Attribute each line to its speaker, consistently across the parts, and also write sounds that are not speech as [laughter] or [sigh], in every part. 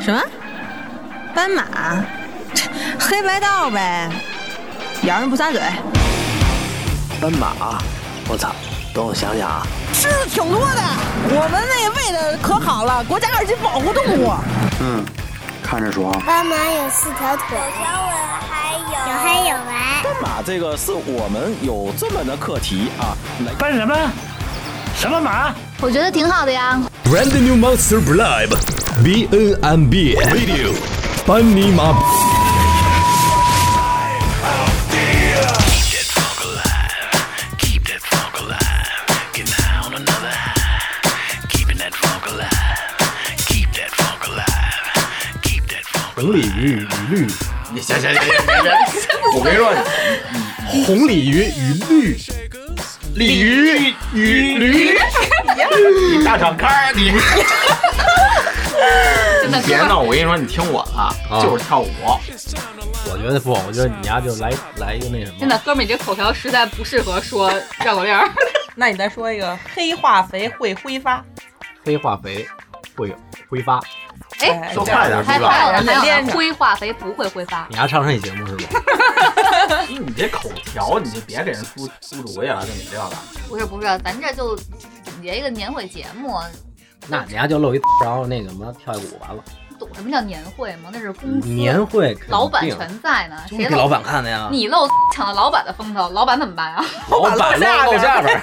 Speaker 1: 什么？斑马？ [laughs] 这黑白道呗，咬人不撒嘴。
Speaker 2: 斑马，啊我操！等我想想啊，
Speaker 3: 吃的挺多的，我们那喂的可好了，国家二级保护动物。
Speaker 4: 嗯，看着爽。
Speaker 5: 斑马有四条腿，
Speaker 6: 还有
Speaker 5: 有黑有白。
Speaker 7: 斑马这个是我们有这么的课题啊，来
Speaker 8: 搬什么？什么马？
Speaker 9: 我觉得挺好的呀。
Speaker 10: Brand new monster live B N M B video 班尼马。
Speaker 11: 红鲤鱼与绿，你行行行行行，我跟你说，你红鲤鱼与绿，鲤鱼与驴，你大敞开，你
Speaker 12: 你别闹！我跟你说，你听我的，啊就是跳舞。
Speaker 4: 我觉得不，我觉得你丫就来来一个那什
Speaker 13: 真
Speaker 4: 么，
Speaker 13: 的，哥们儿，你这口条实在不适合说绕口令
Speaker 4: [laughs]
Speaker 13: 儿。
Speaker 3: 那你再说一个，黑化肥会挥发，
Speaker 4: 黑化肥会挥发，
Speaker 13: 哎，
Speaker 12: 说快点，
Speaker 13: 还
Speaker 12: 是
Speaker 13: 有还
Speaker 12: 吧？
Speaker 13: 有呢还有
Speaker 3: 练
Speaker 13: 呢，
Speaker 3: 着
Speaker 13: 挥化肥不会挥发。
Speaker 4: 你丫上上一节目是吧？
Speaker 12: 你这口条，你就别给人出出主意了，就你这个。
Speaker 9: 不是不是，咱这就总结一个年会节目，
Speaker 4: 那你丫就露一，然后那个什么跳一舞完了。
Speaker 9: 懂什么叫年会吗？那是公司
Speaker 4: 年会肯定
Speaker 9: 老板全在呢，
Speaker 4: 就
Speaker 9: 谁
Speaker 4: 给老
Speaker 9: 露？
Speaker 4: 板看的呀，
Speaker 9: 你露抢了老板的风头，老板怎么办啊？
Speaker 4: [laughs]
Speaker 9: [laughs]
Speaker 4: 老板露露下边儿。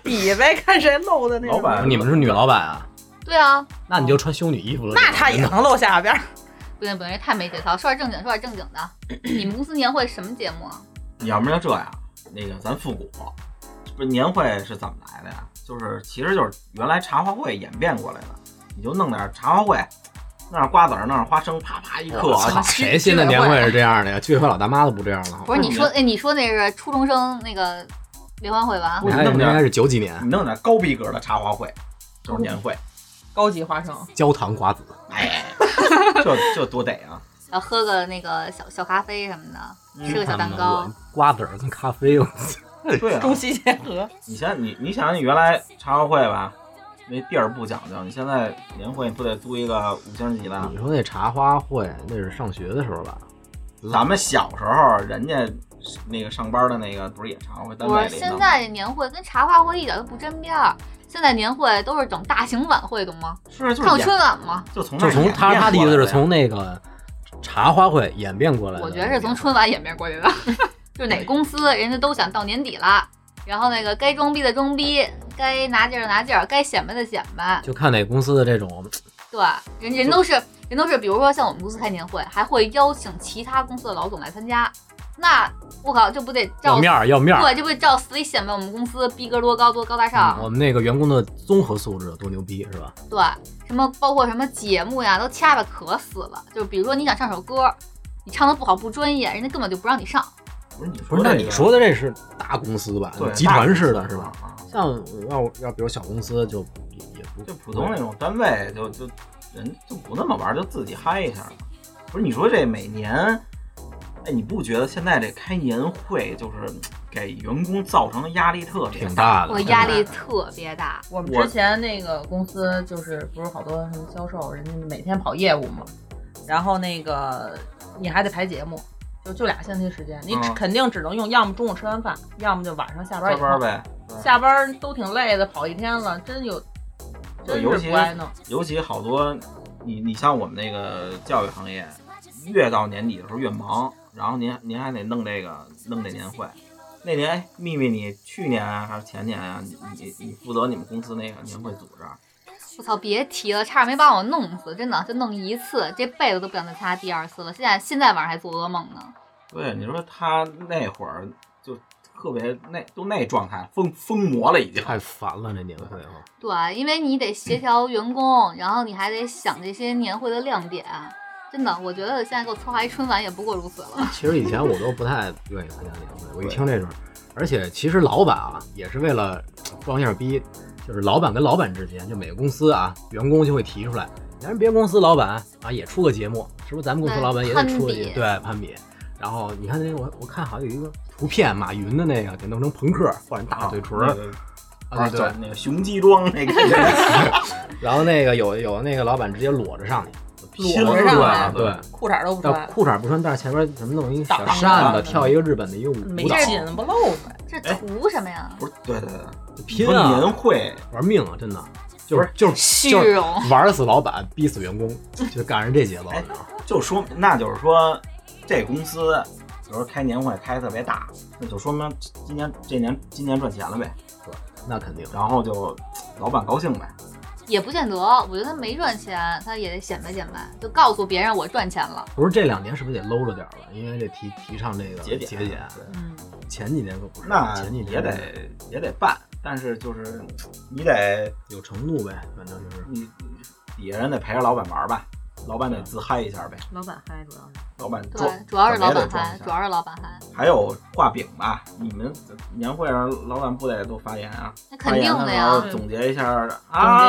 Speaker 3: 比呗，看谁露的那
Speaker 12: 老板
Speaker 4: 你们是女老板啊？
Speaker 9: 对啊，
Speaker 4: 那你就穿修女衣服了。
Speaker 3: 那他也能露下边儿。
Speaker 12: [laughs]
Speaker 9: 不行不行，这太没节操。说点正经，说点正经的。你们公司年会什么节目啊？
Speaker 12: 你要不然就这样，那个咱复古，不是年会是怎么来的呀？就是其实就是原来茶话会演变过来的，你就弄点茶话会，弄点瓜子儿，弄点花生，啪啪一嗑
Speaker 4: 我操
Speaker 12: 啊，
Speaker 4: 谁现在年会是这样的呀？居委会老大妈都不这样了。
Speaker 9: 不是你说，哎，你说那是初中生那个联欢会吧？
Speaker 12: 不
Speaker 4: 那应该是九几年
Speaker 12: 你弄点高逼格的茶话会，就是年
Speaker 4: [laughs]
Speaker 12: 会，
Speaker 3: 高级花生，
Speaker 4: 焦糖瓜子，
Speaker 12: 哎，这这多得啊！
Speaker 9: 然后喝个那个小小咖啡什么的，
Speaker 12: 嗯
Speaker 9: 吃个小蛋
Speaker 4: 他
Speaker 9: 糕
Speaker 4: 们。我瓜子儿跟咖啡，我
Speaker 12: 对啊，
Speaker 3: 中西结合。
Speaker 12: 你现在你你想想，你原来茶话会吧，那地儿不讲究，你现在年会不得租一个五星级的？
Speaker 4: 啊你说那茶花会，那是上学的时候吧？
Speaker 12: 咱们小时候，人家那个上班的那个不是也茶话会单
Speaker 9: 不
Speaker 12: 位
Speaker 9: 是，
Speaker 12: 里
Speaker 9: 现
Speaker 12: 弄吗
Speaker 9: 在的年会跟茶话会一点都不沾边儿。现在年会都是整大型晚会，懂吗？
Speaker 12: 是就是
Speaker 9: 看过
Speaker 12: 演
Speaker 9: 春晚吗？
Speaker 12: 就从那
Speaker 4: 就
Speaker 12: 儿
Speaker 4: 从
Speaker 12: 演
Speaker 4: 他
Speaker 12: 变
Speaker 4: 他的意
Speaker 12: 过
Speaker 4: 思
Speaker 12: 来
Speaker 4: 是
Speaker 12: 的
Speaker 4: 从那个茶花会演变过来的。
Speaker 9: 我觉得是从春晚演变过去的，就是哪公司人家都想到年底了，然后那个该装逼的装逼，该拿劲儿的拿劲儿，该显摆的显摆。
Speaker 4: 就看哪公司的这种，
Speaker 9: 对，人人都是人都是，比如说像我们公司开年会，还会邀请其他公司的老总来参加，那我靠，这不得
Speaker 4: 要
Speaker 9: 照
Speaker 4: 面儿要面儿。
Speaker 9: 对，这不得照死里显摆我们公司逼格多高多高大上
Speaker 4: 嗯？我们那个员工的综合素质有多牛逼是吧？
Speaker 9: 对，什么包括什么节目呀，都掐的可死了。就比如说你想唱首歌，你唱的不好不专业，人家根本就不让你上。
Speaker 12: 不是你
Speaker 4: 不是，
Speaker 12: 这
Speaker 4: 那
Speaker 12: 个
Speaker 4: 你说的这是大公司吧？
Speaker 12: 对
Speaker 4: 集团式的是吧？？
Speaker 12: 大公司啊
Speaker 4: 像要要比如小公司就也不
Speaker 12: 就普通那种单位就就人就不那么玩，就自己嗨一下。不是你说这每年，哎，你不觉得现在这开年会就是给员工造成的压力特别
Speaker 4: 挺大的，
Speaker 9: 我压力特别大，
Speaker 3: 我们
Speaker 12: 我
Speaker 3: 之前那个公司就是不是好多什么销售，人家每天跑业务嘛，然后那个你还得排节目，就就俩星期时间，你只
Speaker 12: 嗯
Speaker 3: 肯定只能用，要么中午吃完饭，要么就晚上下班以
Speaker 12: 加
Speaker 3: 后。
Speaker 12: 班呗。
Speaker 3: 下班都挺累的，跑一天了，真有，真
Speaker 12: 对，
Speaker 3: 呃是
Speaker 12: 尤其
Speaker 3: 不爱弄。
Speaker 12: 尤其好多，你你像我们那个教育行业，越到年底的时候越忙，然后您您还得弄这个弄这年会。那年哎，秘密，你去年啊还是前年啊？你你你负责你们公司那个年会组织啊，
Speaker 9: 我操，别提了，差点没把我弄死，真的，就弄一次，这辈子都不想再参加第二次了。现在现在晚上还做噩梦呢。
Speaker 12: 对，你说他那会儿就特别那都那状态，疯疯魔了已经。
Speaker 4: 太烦了，这年会啊！
Speaker 9: 对，因为你得协调员工，然后你还得想这些年会的亮点。真的，我觉得现在给我策划一春晚也不过如此了。
Speaker 4: [laughs] 其实以前我都不太愿意参加年会，我一听这种，而且其实老板啊也是为了装一下逼，就是老板跟老板之间，就每个公司啊员工就会提出来，咱别人公司老板啊也出个节目，是不是咱们公司老板也得出个节目？
Speaker 9: 哎嗯攀比
Speaker 4: 对，攀比。然后你啊看那我我看好像有一个图片，马云的那个给弄成朋克，换成大嘴唇儿，
Speaker 12: 啊那个
Speaker 4: 啊，对
Speaker 12: 叫，那个雄鸡庄
Speaker 4: [laughs]
Speaker 12: 那个，
Speaker 4: 然后那个有有那个老板直接裸着上去，
Speaker 3: 裸着上来
Speaker 4: 啊对，
Speaker 3: 裤衩都不穿
Speaker 4: 但，裤衩不穿，但是前面怎么弄一小
Speaker 3: 挡
Speaker 4: 扇
Speaker 3: 着
Speaker 4: 子，跳一个日本的一个舞
Speaker 3: 没
Speaker 4: 舞蹈啊
Speaker 3: 事，紧不露呗。
Speaker 9: 这
Speaker 4: 哎
Speaker 9: 图什么呀？
Speaker 12: 不是，对对对，
Speaker 4: 拼啊！
Speaker 12: 年会
Speaker 4: 玩命啊，真的，就是 [laughs] 就是就
Speaker 9: 虚
Speaker 4: 是
Speaker 9: 荣
Speaker 4: 玩死老板，逼死员工， [laughs] 就赶上这节奏了。
Speaker 12: 哎就说那就是说，这公司有时候开年会开特别大，那就说明今年这年今年赚钱了呗。
Speaker 4: 对，那肯定。
Speaker 12: 然后就老板高兴呗。
Speaker 9: 也不见得，我觉得他没赚钱，他也得显摆显摆，就告诉别人我赚钱了。
Speaker 4: 不是这两年是不是得搂着点儿了？因为这提提倡这个
Speaker 12: 节
Speaker 4: 俭，
Speaker 12: 俭
Speaker 4: 节
Speaker 3: 嗯，
Speaker 4: 前几年可不是，
Speaker 12: 那
Speaker 4: 前几年
Speaker 12: 也得也得办，但是就是你得
Speaker 4: 有程度呗，反正就是
Speaker 12: 你底下人得陪着老板玩吧，老板得自嗨一下呗，
Speaker 3: 老板嗨，主要是
Speaker 12: 老板装
Speaker 9: 对，主要是老
Speaker 12: 怎么
Speaker 9: 板
Speaker 12: 也得装
Speaker 9: 憨
Speaker 12: 一，下
Speaker 9: 主要是老板憨，
Speaker 12: 还有画饼吧，你们年会上老板不得多发言啊？
Speaker 9: 那
Speaker 4: 哎
Speaker 9: 肯定的呀
Speaker 12: 发言时候嗯总结一下啊，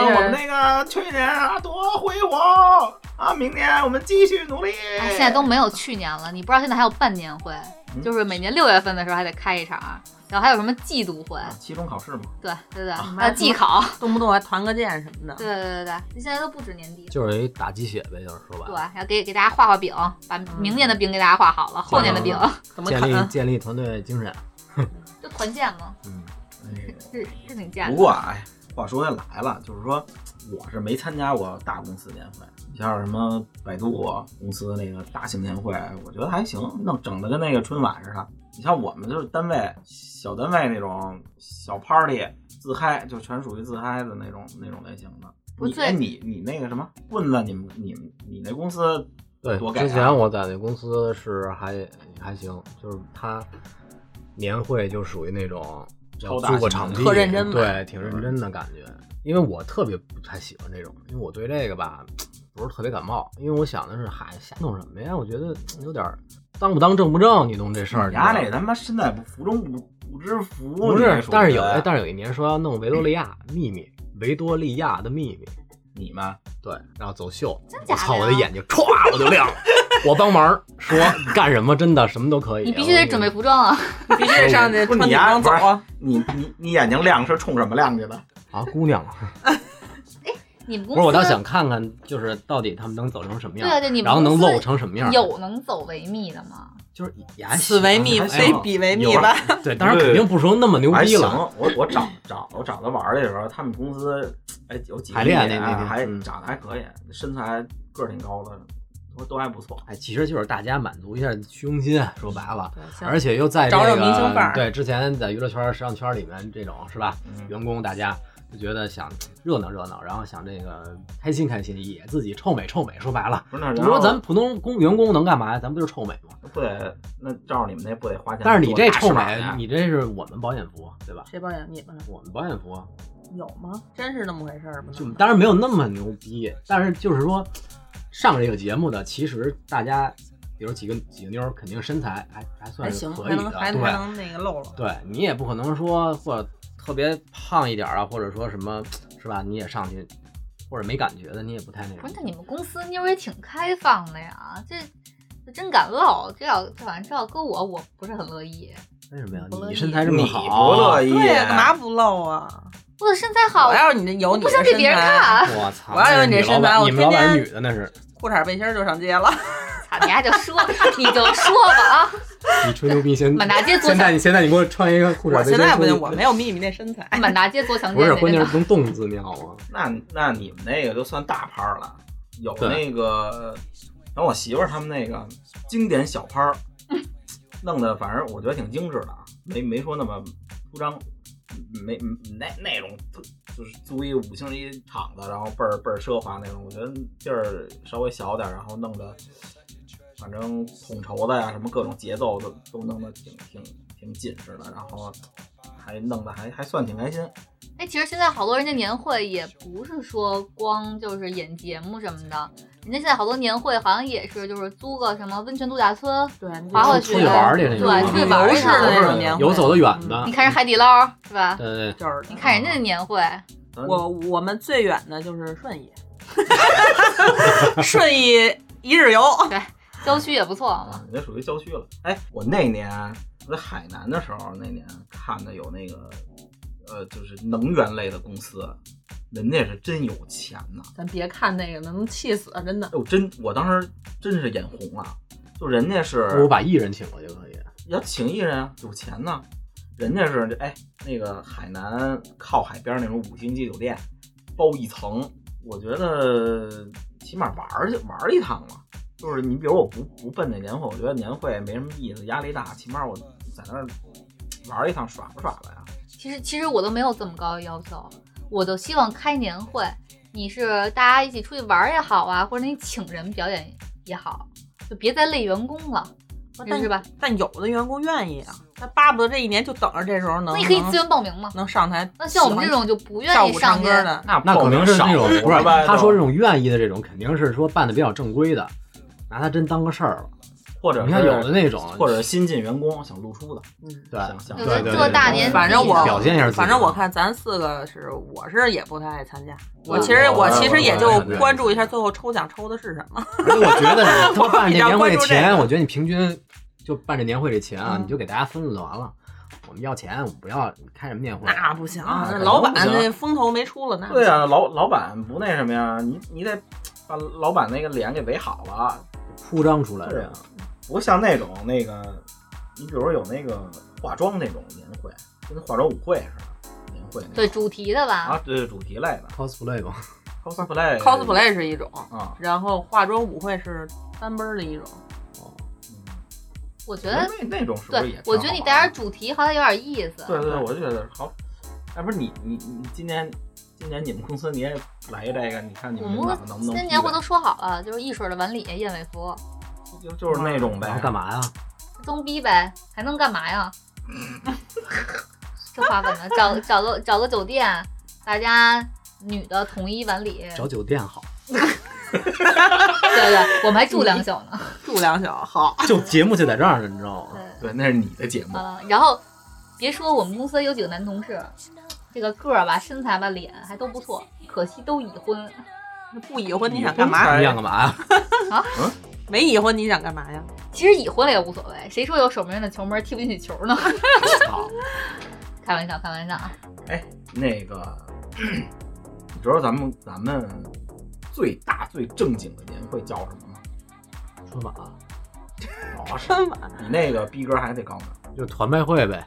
Speaker 9: 总结一下
Speaker 12: 我们那个去年啊多辉煌啊，明年我们继续努力。
Speaker 9: 哎现在都没有去年了，你不知道现在还有半年会，
Speaker 4: 嗯
Speaker 9: 就是每年六月份的时候还得开一场，然后还有什么季度会，
Speaker 12: 啊期中考试嘛，
Speaker 9: 对对对，
Speaker 3: 你们
Speaker 9: 还
Speaker 3: 还
Speaker 9: 有季考，，
Speaker 3: [laughs] 动不动还团个建什么的。
Speaker 9: 对对对对，现在都不止年底。
Speaker 4: 就是一打鸡血呗，就是说白
Speaker 9: 对，
Speaker 4: 了，
Speaker 9: 然后给给大家画画饼，把明年的饼给大家画好了，后年的饼
Speaker 4: 嗯建
Speaker 3: 啊
Speaker 4: 立建立团队精神。
Speaker 9: [laughs] 就团建嘛，
Speaker 4: 嗯，
Speaker 12: 哎
Speaker 9: 是是挺建
Speaker 12: 不过哎，话说回来了，就是说我是没参加过大公司年会，你像什么百度公司那个大型年会，我觉得还行，弄整的跟那个春晚似的。你像我们就是单位小单位那种小 party 自嗨，就全属于自嗨的那种那种类型的。
Speaker 9: 不
Speaker 12: 你
Speaker 9: 最
Speaker 12: 哎你你那个什么棍子，你们你们你那公司
Speaker 4: 对
Speaker 12: 多，改、啊、
Speaker 4: 之前我在那公司是还还行，就是他年会就属于那种
Speaker 12: 超大
Speaker 4: 租个
Speaker 12: 型
Speaker 4: 场
Speaker 12: 的
Speaker 4: 地，
Speaker 12: 特认真
Speaker 4: 对，
Speaker 12: 吧
Speaker 4: 挺认真的感觉。因为我特别不太喜欢这种，因为我对这个吧不是特别感冒，因为我想的是，嗨，瞎弄什么呀？我觉得有点儿当不当正不正，你弄这事儿。
Speaker 12: 你丫
Speaker 4: 你知
Speaker 12: 那
Speaker 4: 道
Speaker 12: 他
Speaker 4: 吗
Speaker 12: 妈身在福中不不知福，
Speaker 4: 不
Speaker 12: 你这
Speaker 4: 是
Speaker 12: 属，于啊
Speaker 4: 但是有哎但是有一年说要弄维多利亚秘密，维多利亚的秘密，
Speaker 12: 你们
Speaker 4: 对，然后走秀，
Speaker 9: 假
Speaker 4: 我
Speaker 9: 的
Speaker 4: 操，我的
Speaker 9: 呀
Speaker 4: 眼睛歘我就亮了，我帮忙说 [laughs] 干什么，真的什么都可以。
Speaker 9: 你必须得准备服装啊，
Speaker 3: 必须得上去
Speaker 12: 不是
Speaker 3: 穿
Speaker 12: 你
Speaker 3: 女
Speaker 12: 呀、
Speaker 3: 装
Speaker 12: 不
Speaker 3: 走
Speaker 12: 是
Speaker 3: 啊！
Speaker 12: 你你你眼睛亮是冲什么亮去的？
Speaker 4: 啊，姑娘嘛，
Speaker 9: 你们
Speaker 4: 不
Speaker 9: 公
Speaker 4: 是
Speaker 9: 司
Speaker 4: 我倒想看看，就是到底他们能走成什么样，
Speaker 9: 对啊，对，你们
Speaker 4: 然后能
Speaker 9: 公司
Speaker 4: 露成什么样，
Speaker 9: 有能走维密的吗？
Speaker 4: 就是也还
Speaker 3: 此为密
Speaker 4: 还行
Speaker 3: 非彼为密吧
Speaker 4: 有
Speaker 3: [laughs]
Speaker 4: 对，当然肯定不说那么牛
Speaker 12: 还
Speaker 4: 逼
Speaker 12: 行
Speaker 4: 了，，
Speaker 12: 我我找找我找他玩儿的时候，他们公司哎有几个
Speaker 4: 排练
Speaker 12: 艺人
Speaker 4: 那那天
Speaker 12: 还
Speaker 4: 嗯
Speaker 12: 长得还可以，身材个儿挺高的，都都还不错。
Speaker 4: 哎，其实就是大家满足一下虚荣心，说白了
Speaker 3: 对，像
Speaker 4: 而且又在这
Speaker 3: 找
Speaker 4: 个嗯
Speaker 3: 找明星范儿
Speaker 4: 对之前在娱乐圈、时尚圈里面这种是吧，
Speaker 12: 嗯
Speaker 4: 员工大家就觉得想热闹热闹，然后想这个开心开心，也自己臭美臭美，说白了，
Speaker 12: 不是那
Speaker 4: 你
Speaker 12: 然后
Speaker 4: 说咱们普通工员工能干嘛呀？咱不就是臭美吗？
Speaker 12: 不得那照你们那不得花钱？
Speaker 4: 但是你这臭
Speaker 12: 做大啊
Speaker 4: 美
Speaker 12: 翅，膀呀
Speaker 4: 你这是我们保险服对吧？
Speaker 3: 谁保养你们
Speaker 4: 我们保险服
Speaker 3: 有吗？真是那么回事儿吗？
Speaker 4: 就当然没有那么牛逼，但是就是说上这个节目的，其实大家比如几个几个妞儿，肯定身材还还算
Speaker 3: 还
Speaker 4: 是
Speaker 3: 行，
Speaker 4: 可
Speaker 3: 还
Speaker 4: 以
Speaker 3: 能
Speaker 4: 的，
Speaker 3: 还还
Speaker 4: 对。
Speaker 3: 能那个露露。
Speaker 4: 对你也不可能说或者特别胖一点儿啊，或者说什么是吧？你也上去或者没感觉的，你也不太那
Speaker 9: 不
Speaker 4: 个
Speaker 9: 是，。那你们公司妞儿也挺开放的呀，这这真敢唠，这要这反正这要搁我，我不是很乐意。
Speaker 4: 为什么呀？
Speaker 9: 不乐
Speaker 4: 你
Speaker 9: 意
Speaker 4: 身材这
Speaker 12: 你
Speaker 4: 么
Speaker 12: 不
Speaker 4: 好，
Speaker 12: 乐意？
Speaker 3: 对呀，干嘛不露啊？
Speaker 9: 我的身材好，
Speaker 3: 我要是你那有你
Speaker 9: 不
Speaker 3: 的
Speaker 9: 想给别人
Speaker 3: 身材 [laughs]
Speaker 9: 看，
Speaker 4: 我操！
Speaker 3: 我要有你
Speaker 4: 那
Speaker 3: 这
Speaker 4: 是老
Speaker 3: 身
Speaker 4: 板
Speaker 3: 材，我
Speaker 4: 你们老
Speaker 3: 天
Speaker 4: 板是女
Speaker 3: 天
Speaker 4: 的那是，
Speaker 3: 裤衩背心儿就上街了。
Speaker 9: 操你丫就说，你就说吧啊！
Speaker 4: 你吹牛逼先。
Speaker 9: 满大街坐
Speaker 4: [laughs] 现在你现在你给我穿一个裤衩
Speaker 3: 我
Speaker 4: 背心
Speaker 3: 现在
Speaker 4: 儿出去，
Speaker 3: 不行，我没有秘密那身材。
Speaker 9: 哎满大街做强
Speaker 4: 不
Speaker 9: 奸
Speaker 4: 是，
Speaker 9: 的
Speaker 4: 关
Speaker 9: 那
Speaker 4: 键
Speaker 9: 种
Speaker 4: 是。能动字你好吗？
Speaker 12: 那那你们那个就算大拍儿了，有
Speaker 4: 对
Speaker 12: 那个，然后我媳妇儿他们那个经典小拍儿，弄的反正我觉得挺精致的啊，没没说那么铺张，没那那种就是租一五星级厂子，然后倍儿倍儿奢华那种，我觉得地儿稍微小点儿，然后弄的反正统筹的呀，什么各种节奏都都弄得挺挺挺紧实的，然后还弄得还还算挺开心。
Speaker 9: 哎，其实现在好多人家年会也不是说光就是演节目什么的，人家现在好多年会好像也是就是租个什么温泉度假村，
Speaker 3: 对，你
Speaker 9: 滑滑
Speaker 4: 出
Speaker 9: 雪，
Speaker 4: 去玩儿去那
Speaker 9: 对，
Speaker 4: 种啊
Speaker 9: 出去玩儿
Speaker 3: 游
Speaker 9: 去
Speaker 3: 式的那种年会，
Speaker 4: 有走得远的呃
Speaker 9: 你，看人海底捞是吧？
Speaker 4: 对对对，
Speaker 3: 就是
Speaker 9: 你看人家的年会，
Speaker 3: 我我们最远的就是顺义， [laughs] 顺义一日游。
Speaker 9: 郊区也不错啊。
Speaker 12: 啊，你这属于郊区了。哎，我那年我在海南的时候，那年看的有那个呃，就是能源类的公司，人家是真有钱呐、
Speaker 3: 咱别看那个，能气死，啊真的。
Speaker 12: 哎，我真，我当时真是眼红了，就人家是，
Speaker 4: 不如把艺人请过去可以。
Speaker 12: 要请艺人啊，有钱呢、人家是哎，那个海南靠海边那种五星级酒店，包一层，我觉得起码玩儿去玩儿一趟嘛。就是你比如我不不奔那年会，我觉得年会没什么意思，压力大，起码我在那儿玩儿一趟耍吧耍吧呀。
Speaker 9: 其实其实我都没有这么高的要求，我都希望开年会，你是大家一起出去玩儿也好啊，或者你请人表演也好，就别再累员工了，
Speaker 3: 但
Speaker 9: 是吧？？
Speaker 12: 嗯
Speaker 3: 但有的员工愿意啊，他巴不得这一年就等着这时候能。
Speaker 9: 那你可
Speaker 12: 嗯
Speaker 9: 以自愿报名嘛。
Speaker 3: 能上台。
Speaker 9: 那像我们这种就不愿意上去
Speaker 3: 歌的，
Speaker 4: 那可能是那种不是
Speaker 12: 吧
Speaker 4: 他说这种愿意的这种，肯定是说办的比较正规的，拿他真当个事儿了。
Speaker 12: 或者
Speaker 4: 你看
Speaker 12: 是
Speaker 4: 有的那种，
Speaker 12: 或者新进员工想露出的，
Speaker 4: 对，
Speaker 12: 想想
Speaker 4: 有的对对做大对年纪
Speaker 3: 反正我
Speaker 4: 表现一嗯下自己
Speaker 3: 反正我看咱四个是，我是也不太爱参加。我
Speaker 4: 嗯
Speaker 3: 其实
Speaker 4: 我
Speaker 3: 我其实也
Speaker 4: 我
Speaker 3: 就
Speaker 4: 也不太
Speaker 3: 关注一下最后抽奖抽的是什么。
Speaker 4: 而且
Speaker 12: [laughs]
Speaker 4: 我觉得你
Speaker 3: [laughs]
Speaker 4: 他妈办这年
Speaker 3: 我比
Speaker 4: 会
Speaker 3: 较关注这
Speaker 4: 钱，
Speaker 3: 个嗯
Speaker 4: 我觉得你平均就办这年会这钱啊，你就给大家分了就完了。我们要钱，我们不要开什么年会。
Speaker 3: 那不行，
Speaker 4: 啊
Speaker 3: 那
Speaker 4: 可能
Speaker 3: 老板
Speaker 4: 不行
Speaker 3: 那风头没出了，那
Speaker 12: 对啊，老老板不那什么呀，你你得把老板那个脸给围好了，
Speaker 4: 铺张出来这样。
Speaker 12: 啊不像那种那个，你比如有那个化妆那种年会，跟化妆舞会似的年会那种
Speaker 9: 对主题的吧，
Speaker 12: 啊，对主题类的
Speaker 4: cosplay 吧
Speaker 12: ，cosplay
Speaker 3: cosplay 是一种
Speaker 12: 啊，
Speaker 3: 然后化妆舞会是单奔儿的一种。
Speaker 12: 嗯
Speaker 9: 我觉得
Speaker 12: 那那种是不嗯是也
Speaker 9: 对
Speaker 12: 挺，
Speaker 9: 我觉得你带点主题好像有点意思。
Speaker 12: 对对，对我就觉得好。哎，不是你你你今年今年你们公司你也来这个，你看你
Speaker 9: 我
Speaker 12: 们领
Speaker 9: 们
Speaker 12: 导能不能
Speaker 9: 今
Speaker 12: 批
Speaker 9: 年会
Speaker 12: 的
Speaker 9: 都说好了，就是一水的晚礼、燕尾服，
Speaker 12: 就就是那种
Speaker 3: 啊
Speaker 12: 呗，干
Speaker 4: 嘛呀？
Speaker 9: 装逼呗，还能干嘛呀？这话怎么找找个找个酒店，大家女的统一晚礼，
Speaker 4: 找酒店好，
Speaker 9: 对对，我们还住两宿呢。
Speaker 3: 住两宿好。
Speaker 4: 就节目就在这儿呢，你知道吗？
Speaker 12: 对，那是你的节
Speaker 3: 嗯
Speaker 12: 目
Speaker 9: 完。了，嗯然后别说我们公司有几个男同事，这个个儿吧、身材吧、脸还都不错，可惜都已婚。
Speaker 3: 不已婚你想干嘛？
Speaker 4: 你想干嘛呀？
Speaker 3: [laughs]
Speaker 9: 啊？
Speaker 3: 没已婚你想干嘛呀？
Speaker 9: 其实已婚了也无所谓，谁说有守门员的球门踢不进去球呢？ [laughs] 开玩笑，开玩笑啊！
Speaker 12: 哎那个，你知道咱们咱们最大最正经的年会叫什么吗？
Speaker 4: 春晚。
Speaker 12: 老是春晚，比那个逼格还得高呢。
Speaker 4: 就团拜会
Speaker 3: [laughs]
Speaker 4: 呗。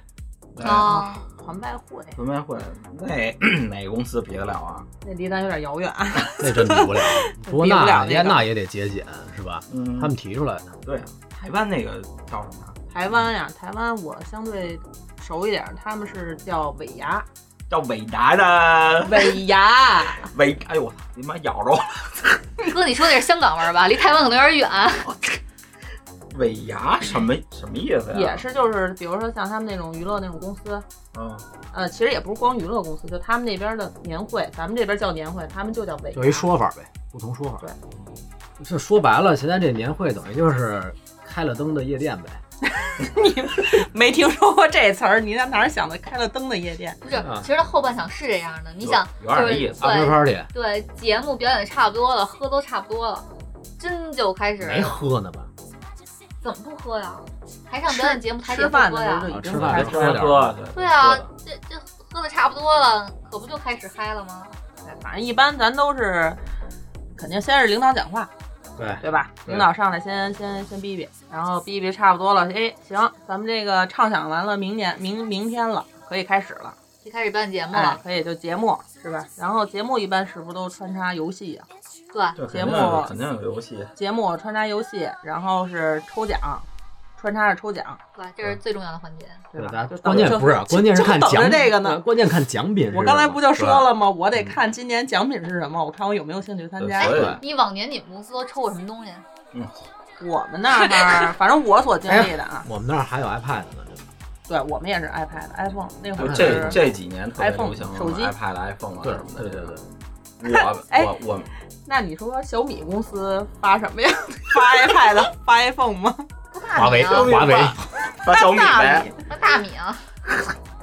Speaker 3: 哦
Speaker 9: 啊，
Speaker 3: 团拜会
Speaker 12: 团拜会那 [clears throat] 哪个公司比得了啊？
Speaker 3: 那离咱有点遥远。。
Speaker 4: 那真比不了不过
Speaker 3: 比不了
Speaker 4: 那
Speaker 3: 那
Speaker 4: 也
Speaker 3: 个
Speaker 4: 那也得节俭是吧？
Speaker 12: 嗯
Speaker 4: 他们提出来的。
Speaker 12: 对，台湾那个叫什么？啊
Speaker 3: 台湾呀，台湾我相对熟一点，他们是叫尾牙，
Speaker 12: 叫伟达的
Speaker 3: 尾牙，
Speaker 12: [laughs] 伟，哎呦我操，你妈咬着我了！
Speaker 9: 哥，你说的是香港味儿吧？离台湾可能有点远。
Speaker 12: 尾牙什么什么意思呀？
Speaker 3: 也是就是比如说像他们那种娱乐那种公司，
Speaker 12: 嗯，
Speaker 3: 呃，其实也不是光娱乐公司，就他们那边的年会，咱们这边叫年会，他们就叫尾
Speaker 4: 就一
Speaker 3: 牙。
Speaker 4: 说法呗，不同说法。对，这说白了，现在这年会等于就是开了灯的夜店呗。
Speaker 3: 没听说过这词儿，你在哪儿想的？开了灯的夜店
Speaker 9: 不是，其实后半场是这样的。你想，
Speaker 3: 啊有
Speaker 9: 就
Speaker 3: 点
Speaker 9: 是
Speaker 3: 意思啊
Speaker 9: 对
Speaker 4: After party
Speaker 9: 对，节目表演差不多了，喝都差不多了，真就开始
Speaker 4: 没喝呢吧？
Speaker 9: 怎么不喝呀？台上表演节目，台底
Speaker 3: 吃
Speaker 9: 下
Speaker 3: 饭
Speaker 9: 不
Speaker 3: 的
Speaker 9: 喝
Speaker 3: 时
Speaker 9: 呀
Speaker 3: 候就已经
Speaker 4: 吃饭
Speaker 3: 开
Speaker 4: 就
Speaker 3: 始
Speaker 4: 喝点
Speaker 12: 喝
Speaker 4: 儿
Speaker 12: 对
Speaker 9: 对啊，这这喝的差不多了，可不就开始嗨了吗？
Speaker 3: 哎反正一般咱都是，肯定先是领导讲话，
Speaker 4: 对
Speaker 3: 对吧？
Speaker 9: 对
Speaker 3: 领导上来先先先逼逼，然后逼逼差不多了，哎，行，咱们这个畅想完了，明年明明天了，可以开始了，
Speaker 9: 就开始办节目
Speaker 3: 哎
Speaker 9: 了，，
Speaker 3: 可以就节目是吧？然后节目一般是不是都穿插游戏呀、
Speaker 9: 对
Speaker 3: 节
Speaker 12: 肯定
Speaker 3: 目
Speaker 12: 有肯定有游戏，
Speaker 3: 节目穿插游戏，然后是抽奖，穿插着抽奖，
Speaker 9: 对，这是最重要的环节。
Speaker 4: 对
Speaker 3: 吧？
Speaker 4: 吧？关键
Speaker 3: 就
Speaker 4: 不是，啊关键是看
Speaker 3: 就等着
Speaker 4: 奖
Speaker 3: 这个呢
Speaker 4: 对关键看奖品是什嗯么。
Speaker 3: 我刚才不就说了
Speaker 4: 吗？
Speaker 3: 吗？我得看今年奖品是什么，我看我有没有兴趣参加。
Speaker 9: 哎，你往年你们公司都抽过什么东西？
Speaker 3: 我们那儿，反正我所经
Speaker 4: 哎
Speaker 3: 历的啊，
Speaker 4: 我们那儿还有 iPad 呢，
Speaker 3: 对我们也是 iPad、iPhone 那会儿
Speaker 12: 这
Speaker 3: 是
Speaker 12: 这几年特别
Speaker 3: iPhone
Speaker 12: 流行
Speaker 3: 手机
Speaker 12: iPad、iPhone 啊
Speaker 4: 对
Speaker 12: 什么的。
Speaker 4: 对对
Speaker 12: 对，我
Speaker 3: 哎
Speaker 12: 我我
Speaker 3: 那你说小米公司发什么呀？ [laughs] 发 iPad、发 iPhone 吗？
Speaker 4: 华为华为
Speaker 12: 发小米
Speaker 3: 大
Speaker 12: 呗
Speaker 3: 米，
Speaker 9: 啊那大米啊，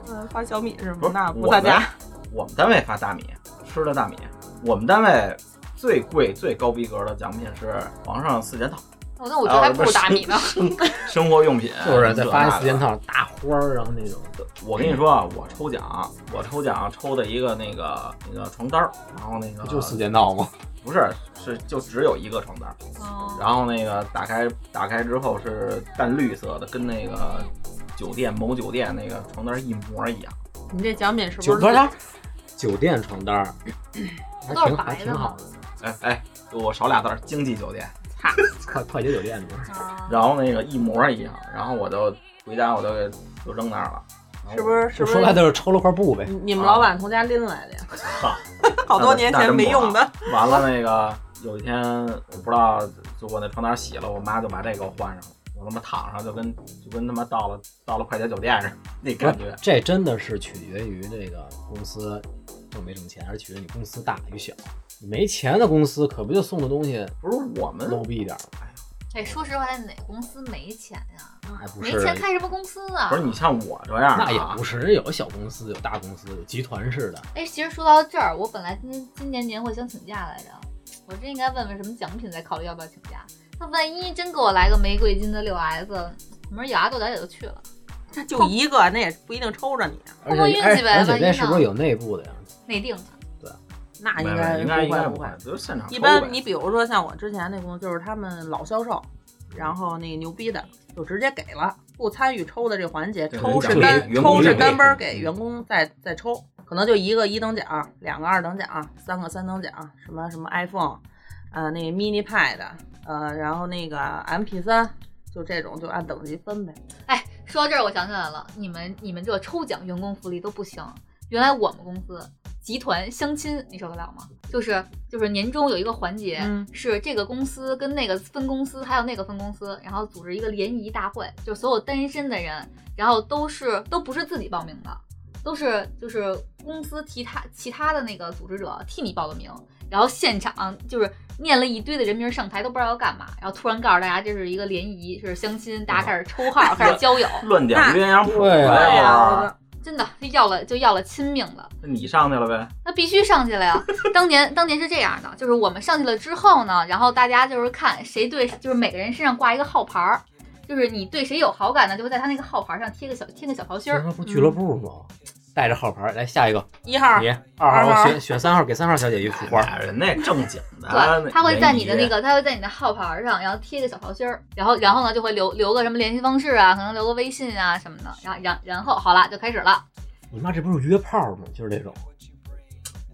Speaker 3: 嗯，发小米是吗？那不
Speaker 12: 我
Speaker 3: 在
Speaker 12: 们
Speaker 3: 家。
Speaker 12: 我们单位发大米，吃的大米。我们单位最贵最高逼格的奖品是皇上四件套，
Speaker 9: 我那我觉得还不如打米
Speaker 3: 呃
Speaker 9: 呢。
Speaker 12: 生活用品
Speaker 4: [laughs] 就是再发一四件
Speaker 12: 件
Speaker 4: 套大花儿，然后那种。
Speaker 12: 我跟你说，啊，我抽奖，我抽奖抽的一个那个那个床单儿，然后那个
Speaker 4: 就四件套 [laughs] 吗？
Speaker 12: 不是，是就只有一个床单儿，
Speaker 9: 哦
Speaker 3: [laughs]
Speaker 12: 然后那个打开打开之后是淡绿色的，跟那个酒店某酒店那个床单儿一模一样。
Speaker 3: 你这奖品是不是
Speaker 4: 酒多少？酒店床单儿，还
Speaker 3: 都是
Speaker 4: 挺还
Speaker 3: 白
Speaker 4: 挺
Speaker 3: 的
Speaker 4: 好
Speaker 3: 吗？
Speaker 4: 的。
Speaker 12: 哎哎，我少俩字儿，经济酒店。
Speaker 4: 快快捷酒店里边儿，
Speaker 9: 哦
Speaker 12: 然后那个一模一样，然后我就回家我就给就扔那儿了。
Speaker 3: 是不是？是
Speaker 4: 就
Speaker 3: 不
Speaker 4: 说白
Speaker 3: 是？
Speaker 4: 就是抽了块布呗。
Speaker 3: 你们老板从家拎来的呀？ [laughs] 好
Speaker 12: 那
Speaker 3: 多年
Speaker 12: 那
Speaker 3: 前
Speaker 12: 真
Speaker 3: 没
Speaker 12: 不
Speaker 3: 用
Speaker 12: 好
Speaker 3: 的。
Speaker 12: [laughs] 完了那个有一天我不知道，就我那床单洗了，我妈就把这给我换上了，我他妈躺上就跟就跟他妈到了到了快捷酒店似的那感
Speaker 4: 不
Speaker 12: 觉
Speaker 3: [laughs]
Speaker 4: 是。这真的是取决于这个公司挣没挣钱，还是取决于你公司大与小。你没钱的公司可不就送的东西
Speaker 12: 不是我们
Speaker 3: 嗯
Speaker 4: low 逼一点儿吗？
Speaker 9: 哎，说实话，哪公司没钱呀？
Speaker 4: 哎，不
Speaker 9: 没
Speaker 4: 是，
Speaker 9: 钱开什么公司啊？
Speaker 12: 不是你像我这
Speaker 3: 啊
Speaker 12: 样、啊
Speaker 4: 那也不是，人有小公司，有大公司，有集团式的。
Speaker 9: 哎，其实说到这儿，我本来今天今年年会想请假来着，我真应该问问什么奖品，再考虑要不要请假。那万一真给我来个玫瑰金的六 S，我们咬牙跺脚也就去了。
Speaker 3: 那就一个，那也不一定抽着你。
Speaker 4: 而
Speaker 9: 过
Speaker 4: 且
Speaker 9: 运
Speaker 4: 而
Speaker 9: 气
Speaker 4: 且
Speaker 9: 呗
Speaker 4: 而且
Speaker 9: 万一
Speaker 4: 这是不是
Speaker 9: 呢
Speaker 4: 有内部的呀？
Speaker 9: 内定的，
Speaker 3: 那
Speaker 12: 没
Speaker 3: 应
Speaker 12: 有
Speaker 3: 该
Speaker 12: 应该
Speaker 3: 不
Speaker 12: 应该
Speaker 3: 不
Speaker 12: 会
Speaker 3: 会，，
Speaker 12: 就是现场
Speaker 3: 一
Speaker 12: 抽呗
Speaker 3: 般你比如说像我之前那工作，就是他们老销售，然后那个牛逼的就直接给了，不参与抽的这个环节，
Speaker 12: 对
Speaker 3: 抽
Speaker 12: 奖
Speaker 3: 是
Speaker 12: 励
Speaker 3: 单
Speaker 12: 员工
Speaker 3: 抽是
Speaker 12: 奖励
Speaker 3: 单班给员工再再抽，可能就一个一等奖，两个二等奖，三个三等奖，什么什么 iPhone，呃，那个 mini pad，呃，然后那个 MP 3就这种就按等级分呗。
Speaker 9: 哎，说到这儿，我想起来了，你们你们这抽奖员工福利都不行。原来我们公司集团相亲，你受得了吗？就是就是年终有一个环节、
Speaker 13: 嗯
Speaker 9: 是这个公司跟那个分公司还有那个分公司，然后组织一个联谊大会，就所有单身的人，然后都是都不是自己报名的，都是就是公司其他其他的那个组织者替你报的名，然后现场就是念了一堆的人名上台都不知道要干嘛，然后突然告诉大家这是一个联谊，是相亲，大家开始抽号，开始交友，
Speaker 12: 乱点鸳鸯谱
Speaker 4: 对
Speaker 12: 啊
Speaker 4: 啊
Speaker 12: 一会儿
Speaker 9: 真的就要了就要了亲命了。
Speaker 12: 那你上去了呗？
Speaker 9: 那必须上去了呀！当年当年是这样的，就是我们上去了之后呢，然后大家就是看谁对，就是每个人身上挂一个号牌儿，就是你对谁有好感呢，就会在他那个号牌儿上贴个小贴个小桃心儿
Speaker 4: 那。不俱乐部吗？
Speaker 3: 嗯
Speaker 4: 带着号牌儿来下一个，
Speaker 9: 一
Speaker 3: 啊
Speaker 9: 号
Speaker 4: 你
Speaker 9: 二
Speaker 4: 二
Speaker 9: 号
Speaker 4: 号选选三号，给三号小姐一束花。
Speaker 12: 人那正经的
Speaker 9: 对，他会在你的那个，他会在你的号牌儿上，然后贴一个小桃心儿，然后然后呢就会留留个什么联系方式啊，可能留个微信啊什么的，然后然然后好了就开始了。
Speaker 4: 你妈这不是约炮吗？就是这种，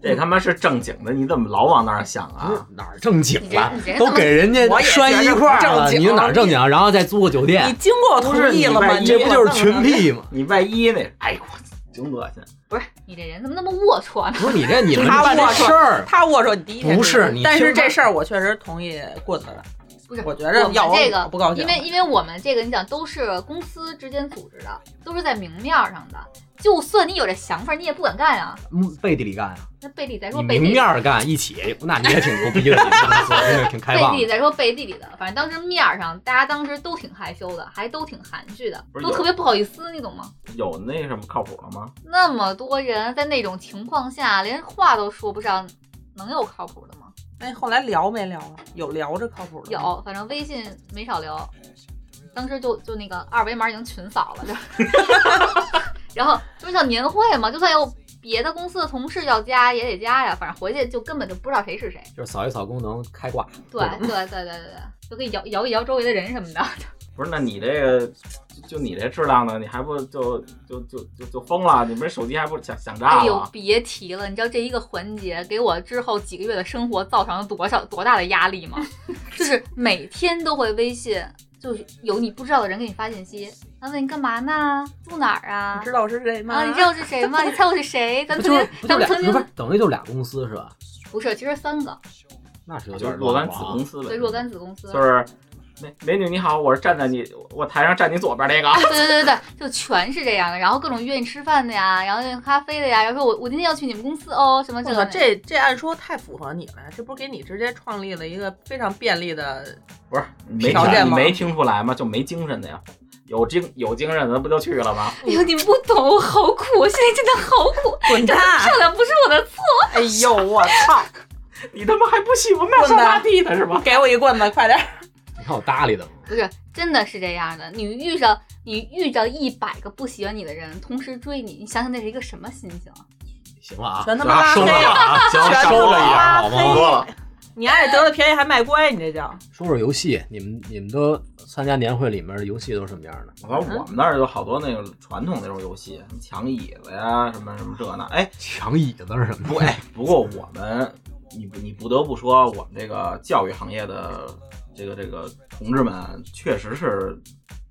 Speaker 12: 这他妈是正经的，你怎么老往那儿想啊？
Speaker 4: 哪儿正经了
Speaker 12: 你这你这，
Speaker 4: 都给人家
Speaker 12: 我也觉得
Speaker 4: 拴一块儿了，
Speaker 12: 不正经
Speaker 4: 你哪儿正经？啊然后再租个酒店，
Speaker 3: 经过
Speaker 12: 不是你
Speaker 4: 这不就是
Speaker 3: [laughs]
Speaker 4: 群
Speaker 12: 屁
Speaker 4: 吗？
Speaker 12: 你万一那，哎呦，我挺恶心。
Speaker 9: 不是你这人怎么那么龌龊啊呢？
Speaker 4: 不是你这你们
Speaker 3: 他
Speaker 4: 这
Speaker 3: 龌龊
Speaker 4: 事儿啊
Speaker 3: 他龌龊，你第一天
Speaker 4: 不是
Speaker 3: 知道
Speaker 4: 你
Speaker 3: 但
Speaker 4: 听
Speaker 3: 是
Speaker 4: 着
Speaker 3: 这事儿我确实同意棍子的，
Speaker 9: 不是，
Speaker 3: 我觉着
Speaker 9: 们
Speaker 3: 要我
Speaker 9: 这个
Speaker 3: 我不高兴，
Speaker 9: 因为因为我们这个你想都是公司之间组织的，都是在明面儿上的。就算你有这想法，你也不敢干啊。
Speaker 4: 嗯背地里干啊，
Speaker 9: 那背地里再说
Speaker 4: 你
Speaker 9: 背
Speaker 4: 明
Speaker 9: 地里
Speaker 4: 面，儿干一起，那你也挺牛逼的，你这么做真的挺开
Speaker 9: 背
Speaker 4: 放
Speaker 9: 地里
Speaker 4: 的。
Speaker 9: 再说背地里的。反正当时面儿上，大家当时都挺害羞的，还都挺含蓄的，
Speaker 12: 不是
Speaker 9: 都
Speaker 12: 有
Speaker 9: 特别不好意思，你懂吗？
Speaker 12: 有那什么靠谱的吗？
Speaker 9: 那么多人在那种情况下，连话都说不上，能有靠谱的吗？
Speaker 3: 那哎后来聊没聊啊？有聊着靠谱的吗？
Speaker 9: 有，反正微信没少聊。当时就就那个二维码已经群扫了，就， [laughs] 然后就是像年会嘛，就算有别的公司的同事要加也得加呀，反正回去就根本就不知道谁是谁。
Speaker 4: 就是扫一扫功能开挂，
Speaker 9: 对对对对对对，就可以摇摇一摇周围的人什么的。
Speaker 12: 不是，那你这个就就你这质量呢，你还不就就就就就疯了？你不是手机还不想想炸
Speaker 9: 哎呦
Speaker 12: 了，？
Speaker 9: 别提了，你知道这一个环节给我之后几个月的生活造成了多少多大的压力吗？就是每天都会微信，就是有你不知道的人给你发信息，他问你干嘛呢，住哪儿啊，
Speaker 3: 知道我是谁吗？
Speaker 9: 啊，你知道我是谁吗？你猜我是谁？咱
Speaker 4: 不
Speaker 9: 们
Speaker 4: 就
Speaker 9: 曾经，咱们
Speaker 4: 是不就俩
Speaker 9: 曾
Speaker 4: 不
Speaker 9: 经
Speaker 4: 是等于就俩公司是吧？
Speaker 9: 不是，其实三个，
Speaker 4: 那是有
Speaker 12: 就
Speaker 4: 点
Speaker 12: 是若干
Speaker 4: 乱
Speaker 12: 子
Speaker 4: 了啊
Speaker 12: 公司呗
Speaker 9: 对，，若干子公司，
Speaker 12: 就是美美女你好，我是站在你我台上站你左边 [laughs] 这
Speaker 9: 啊，对
Speaker 12: 个，
Speaker 9: 对对对对，就全是这样的，然后各种约你吃饭的呀，然后约你咖啡的呀，然后说我我今天要去你们公司哦，什么这
Speaker 3: 这个
Speaker 9: 个那个
Speaker 3: 这这按说太符合你了，这不是给你直接创立了一个非常便利
Speaker 9: [laughs]
Speaker 3: 的
Speaker 12: 不是你没
Speaker 3: 条件
Speaker 12: 你
Speaker 3: 吗
Speaker 12: 没听出来吗？就没精神的呀，有精有精神的不就去了吗？
Speaker 9: 哎呦，你们不懂，我好苦，我现在真的好
Speaker 3: [laughs]
Speaker 9: 苦，
Speaker 3: 滚蛋
Speaker 9: 长得漂亮不是我的错。
Speaker 3: 哎呦，我操！
Speaker 12: [laughs] 你他妈还不喜欢那
Speaker 3: 棍
Speaker 12: 上大
Speaker 3: 子
Speaker 12: 地的是吧？
Speaker 3: 给我一棍子，快点！
Speaker 4: 你还有搭理的吗？
Speaker 9: 不是，真的是这样的。你遇上你遇着一百个不喜欢你的人，同时追你，你想想那是一个什么心情？
Speaker 4: 行了啊，
Speaker 3: 全他妈拉
Speaker 4: 收
Speaker 3: 黑
Speaker 4: 了啊，行
Speaker 3: 全
Speaker 4: 了，
Speaker 3: 他妈
Speaker 4: 收了一点
Speaker 3: 拉
Speaker 4: 好吗？
Speaker 3: 黑你爱得了便宜还卖乖，你这叫
Speaker 4: 说说游戏，你们你们都参加年会里面的游戏都是什么样的？
Speaker 12: 反正我们那儿有好多那个传统那种游戏，什么抢椅子呀，什么什么这那。哎，
Speaker 4: 抢椅子是什么？
Speaker 12: 不，哎，不过我们，你不你不得不说，我们这个教育行业的这个这个同志们，确实是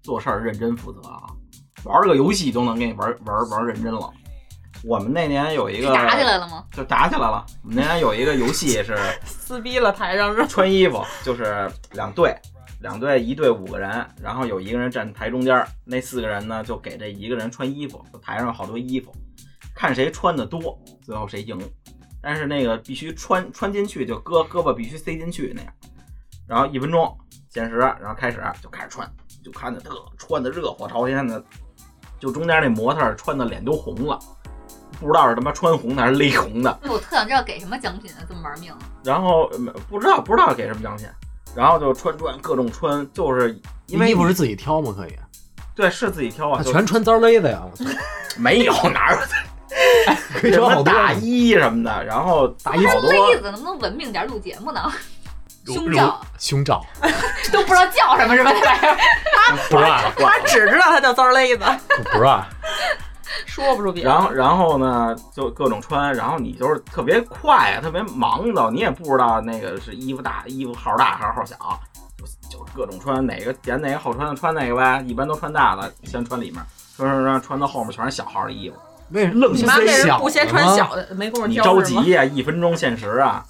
Speaker 12: 做事儿认真负责啊，玩个游戏都能给你玩玩玩认真了。我们那年有一个
Speaker 9: 打起来了吗？
Speaker 12: 就打起来了。我们那年有一个游戏是
Speaker 3: 撕逼了台上是
Speaker 12: 穿衣服，就是两队，两队一队五个人，然后有一个人站台中间儿，那四个人呢就给这一个人穿衣服，台上有好多衣服，看谁穿的多，最后谁赢。但是那个必须穿穿进去，就胳胳膊必须塞进去那样。然后一分钟限时，然后开始就开始穿，就看着特穿的热火朝天的，就中间那模特儿穿的脸都红了，不知道是他妈穿红的还是勒红的。
Speaker 9: 我特想知道给什么奖品啊，这么玩命。
Speaker 12: 然后嗯不知道不知道给什么奖品，然后就穿穿各种穿，就是因为
Speaker 4: 衣服是自己挑吗？可以，
Speaker 12: 对是自己挑啊，
Speaker 4: 他
Speaker 12: 就
Speaker 4: 全穿脏勒的呀！我操，
Speaker 12: 没有哪有
Speaker 4: [laughs] 可以
Speaker 12: 什
Speaker 4: 穿
Speaker 12: 么
Speaker 4: 好多
Speaker 12: 大衣什么的，然后大哎衣好多啊
Speaker 9: 妹子能不能文明点录节目呢？ [laughs] 胸罩
Speaker 4: 胸罩，
Speaker 9: [laughs] 都不知道叫什么是吧？这玩意儿
Speaker 4: 不是啊
Speaker 3: 他只知道他叫脏勒子，
Speaker 4: 不 [laughs] 是，
Speaker 3: 说不出别的。
Speaker 12: 然后然后呢就各种穿，然后你就是特别快啊，特别忙的，你也不知道那个是衣服大衣服号大还是号小，就就是各种穿哪个点哪个好穿的穿哪个呗，一般都穿大的先穿里面，穿穿穿穿到后面全是小号的衣服。
Speaker 4: 为
Speaker 12: 愣
Speaker 3: 你妈那
Speaker 12: 塞
Speaker 3: 人
Speaker 12: 小
Speaker 3: 不先穿
Speaker 12: 的吗
Speaker 3: 小的，没工夫
Speaker 12: 你
Speaker 3: 挑
Speaker 12: 着
Speaker 3: 是吗
Speaker 12: 急呀、一分钟限时啊，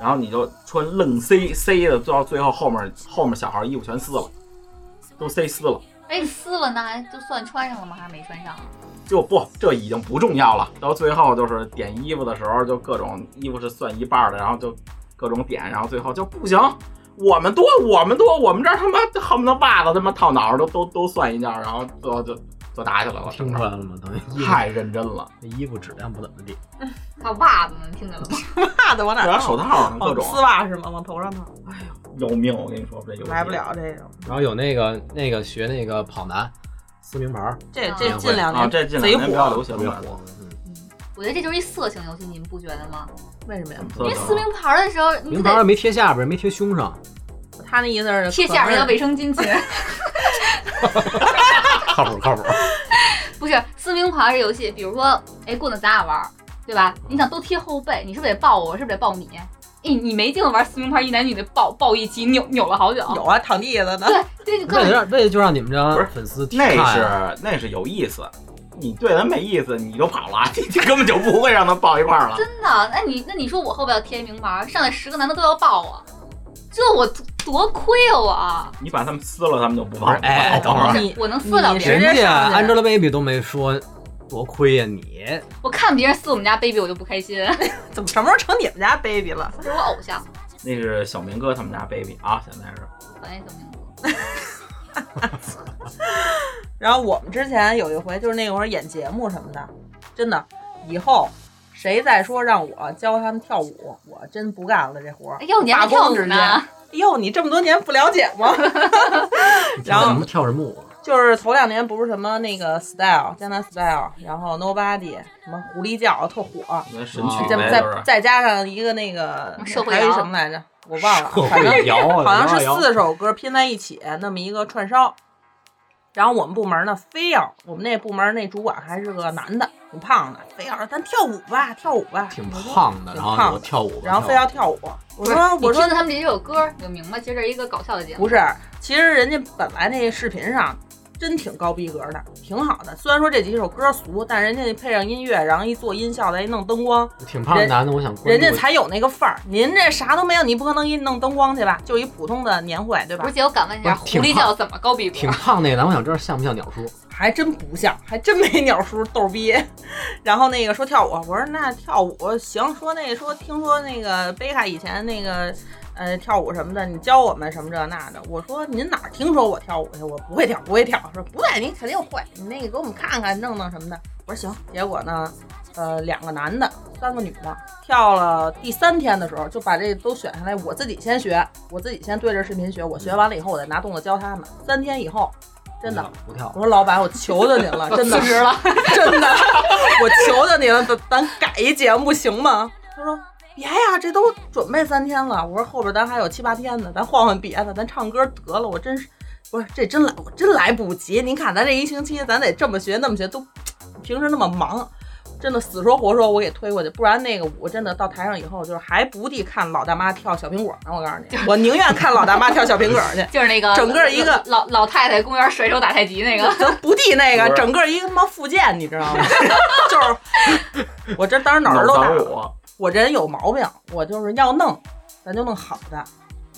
Speaker 12: 然后你就穿愣塞塞的，到最后后面后面小孩衣服全撕了，都塞撕了，
Speaker 9: 哎，撕了那还就算穿上了吗？还是没穿上啊？
Speaker 12: 就不这已经不重要了。到最后就是点衣服的时候，就各种衣服是算一半的，然后就各种点，然后最后就不行。我们多，我们多，我们这儿他妈恨不得袜子他妈套脑儿都都都算一件儿，然后最后就就打起来了。
Speaker 4: 听出来了吗？等于衣服
Speaker 12: 太认真了，
Speaker 4: 这衣服质量不怎么地。
Speaker 9: 还有袜子呢，听见了吗？
Speaker 3: 袜子往哪儿
Speaker 12: 然
Speaker 3: 套？
Speaker 12: 后手套呢各种
Speaker 3: 哎
Speaker 12: 啊
Speaker 3: 哦丝袜是吗？往头上套，
Speaker 12: 有命！我跟你说，这有
Speaker 3: 来不了这
Speaker 9: 嗯
Speaker 3: 个。
Speaker 4: 然后有那个那个学那个跑男撕名牌儿，
Speaker 3: 这
Speaker 4: 年
Speaker 9: 嗯
Speaker 3: 这
Speaker 4: 会
Speaker 3: 近两年
Speaker 12: 啊这近两
Speaker 3: 贼
Speaker 12: 年比较
Speaker 3: 火
Speaker 12: 流，行
Speaker 4: 特别
Speaker 12: 了
Speaker 4: 火。嗯
Speaker 9: 我觉得这就是一色情游戏，你们不觉得吗？
Speaker 3: 为什么呀？
Speaker 9: 因为撕名牌儿的时候，
Speaker 3: 嗯
Speaker 9: 你
Speaker 4: 名
Speaker 9: 不
Speaker 4: 牌儿
Speaker 9: 得
Speaker 4: 没贴下边儿，没贴胸上，
Speaker 3: 他那意思是
Speaker 9: 贴下面
Speaker 3: 可能
Speaker 9: 的
Speaker 3: 是
Speaker 9: 卫生巾去。 [laughs]
Speaker 4: 靠谱靠谱。
Speaker 9: 不是撕名牌儿这游戏，比如说，哎，棍子咱俩玩儿，对吧？你想都贴后背，你是不是得抱我？我是不是得抱你？哎，你没劲了玩撕名牌儿一男女的抱抱一起扭扭了好久。
Speaker 3: 有啊，躺地下的呢。
Speaker 9: 对，这就根
Speaker 4: 为
Speaker 9: 本
Speaker 4: 了让为了就让你们这帮粉丝
Speaker 12: 那
Speaker 4: 看啊
Speaker 12: 是那是有意思，你对他没意思，你就跑了，你你根本就不会让他抱一块儿了。
Speaker 9: 真的，那你那你说我后边要贴名牌儿，上来十个男的都要抱我，这我多多亏啊我！
Speaker 12: 你把他们撕了，他们就不
Speaker 4: 不
Speaker 12: 抱
Speaker 4: 是
Speaker 12: 了。
Speaker 4: 哎哎等会儿，
Speaker 3: 你
Speaker 9: 我能撕得了
Speaker 3: 你啊
Speaker 9: 别人，
Speaker 4: 人
Speaker 3: 直接上
Speaker 4: 家
Speaker 3: 去
Speaker 4: Angelababy 都没说多亏呀你，
Speaker 9: 我看别人撕我们家 baby 我就不开心， [laughs]
Speaker 3: 怎么什么时候成你们家 baby 了？
Speaker 9: 这是我偶像，
Speaker 12: 那是小明哥他们家 baby 啊，现在是
Speaker 9: 讨厌小明哥。
Speaker 3: 然后我们之前有一回，就是那会儿演节目什么的，真的，以后谁再说让我教他们跳舞，我真不干了这活儿
Speaker 9: 哎。呦，你还
Speaker 3: 罢
Speaker 9: 会跳
Speaker 3: 工
Speaker 9: 舞
Speaker 3: 直接。
Speaker 9: 呢？
Speaker 3: 哎呦，你这么多年不了解吗？ [laughs] 然
Speaker 4: 跳什
Speaker 3: 后
Speaker 4: 么跳啊什么舞？
Speaker 3: 就是头两年不是什么那个 style 江南 style，然后 nobody 什么狐狸叫特火，
Speaker 12: 那神曲
Speaker 3: 再
Speaker 12: 呗，
Speaker 3: 再
Speaker 4: 啊
Speaker 12: 就是
Speaker 3: 再加上一个那个
Speaker 9: 社会
Speaker 3: 还有一
Speaker 9: 摇
Speaker 3: 什么来着，我忘了，反正
Speaker 4: 会摇啊，
Speaker 3: 好像是
Speaker 4: 摇啊摇
Speaker 3: 四首歌拼在一起那么一个串烧。然后我们部门呢，非要我们那部门那主管还是个男的，挺胖的，非要说咱跳舞吧，跳舞吧，
Speaker 4: 挺胖的，
Speaker 3: 挺
Speaker 4: 然
Speaker 3: 胖的
Speaker 4: 后我跳舞吧，
Speaker 3: 然后非
Speaker 4: 跳
Speaker 3: 要
Speaker 4: 舞
Speaker 3: 跳舞。我说
Speaker 9: 你
Speaker 3: 我说
Speaker 9: 听了他们这首歌，你就明白，其实这是一个搞笑的节目。
Speaker 3: 不是，其实人家本来那视频上真挺高逼格的，挺好的。虽然说这几首歌俗，但人家配上音乐，然后一做音效，再一弄灯光，
Speaker 4: 挺胖的男的，我想关注
Speaker 3: 人家才有那个范儿。您这啥都没有，你不可能给你弄灯光去吧？就一普通的年会，对吧
Speaker 9: 不是，？姐，我敢问一下，
Speaker 4: 不
Speaker 9: 狐
Speaker 4: 是挺
Speaker 9: 狸
Speaker 4: 胖
Speaker 9: 叫怎么高逼格，
Speaker 4: 挺？胖那男，我想知道像不像鸟叔？
Speaker 3: 还真不像，还真没鸟叔逗逼。然后那个说跳舞，我说那跳舞行，说那说听说那个贝卡以前那个呃跳舞什么的，你教我们什么这那的。我说您哪儿听说我跳舞去？我不会跳，不会跳。说不会，你肯定会，你那个给我们看看，弄弄什么的。我说行。结果呢，呃，两个男的三个女的，跳了第三天的时候就把这都选下来，我自己先学，我自己先对着视频学，我学完了以后我再拿动作教他们。三天以后， [laughs] 真的
Speaker 4: 不跳。
Speaker 3: 我说老板，我求求您
Speaker 13: [laughs]
Speaker 3: 了，真的
Speaker 13: 辞职了，
Speaker 3: [laughs] 真的，我求求您了，咱咱改一节目行吗？他说别呀，这都准备三天了。我说后边咱还有七八天呢，咱换换别的，咱唱歌得了。我真是不是这真来，我真来不及。您看咱这一星期，咱得这么学那么学，都平时那么忙，真的死说活说我给推过去，不然那个我真的到台上以后就是还不地看老大妈跳小苹果呢。我告诉你，我宁愿看老大妈跳小苹果去
Speaker 9: 就是那个
Speaker 3: 整个一个
Speaker 9: 老老太太公园甩手打太极那个，
Speaker 3: 咱不地那
Speaker 9: 不
Speaker 3: 个，
Speaker 9: 是
Speaker 3: 整个一个他妈附件，你知道吗？ [laughs] 就是我这当时脑儿都大
Speaker 12: 脑
Speaker 3: 了
Speaker 12: 残我，
Speaker 3: 我这人有毛病，我就是要弄，咱就弄好的；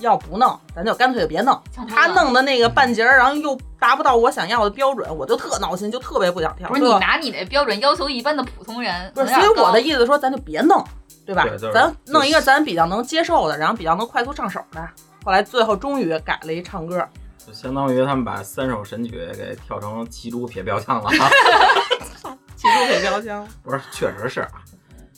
Speaker 3: 要不弄，咱就干脆就别弄。
Speaker 9: 嗯
Speaker 3: 他弄的那个半截儿，然后又达不到我想要的标准，我就特闹心，就特别不想跳。
Speaker 9: 不是你
Speaker 3: 这
Speaker 9: 拿你的标准要求一般的普通人，
Speaker 3: 不是，
Speaker 9: 有点
Speaker 3: 所以我的
Speaker 9: 高
Speaker 3: 意思说，咱就别弄，对吧
Speaker 9: 对就是？
Speaker 3: 咱弄一个咱比较能接受的，然后比较能快速上手的。后来最后终于改了一唱歌，
Speaker 12: 就相当于他们把三首神曲给跳成七珠撇标枪了。
Speaker 3: 其实我给标枪。
Speaker 12: 不是，确实是啊，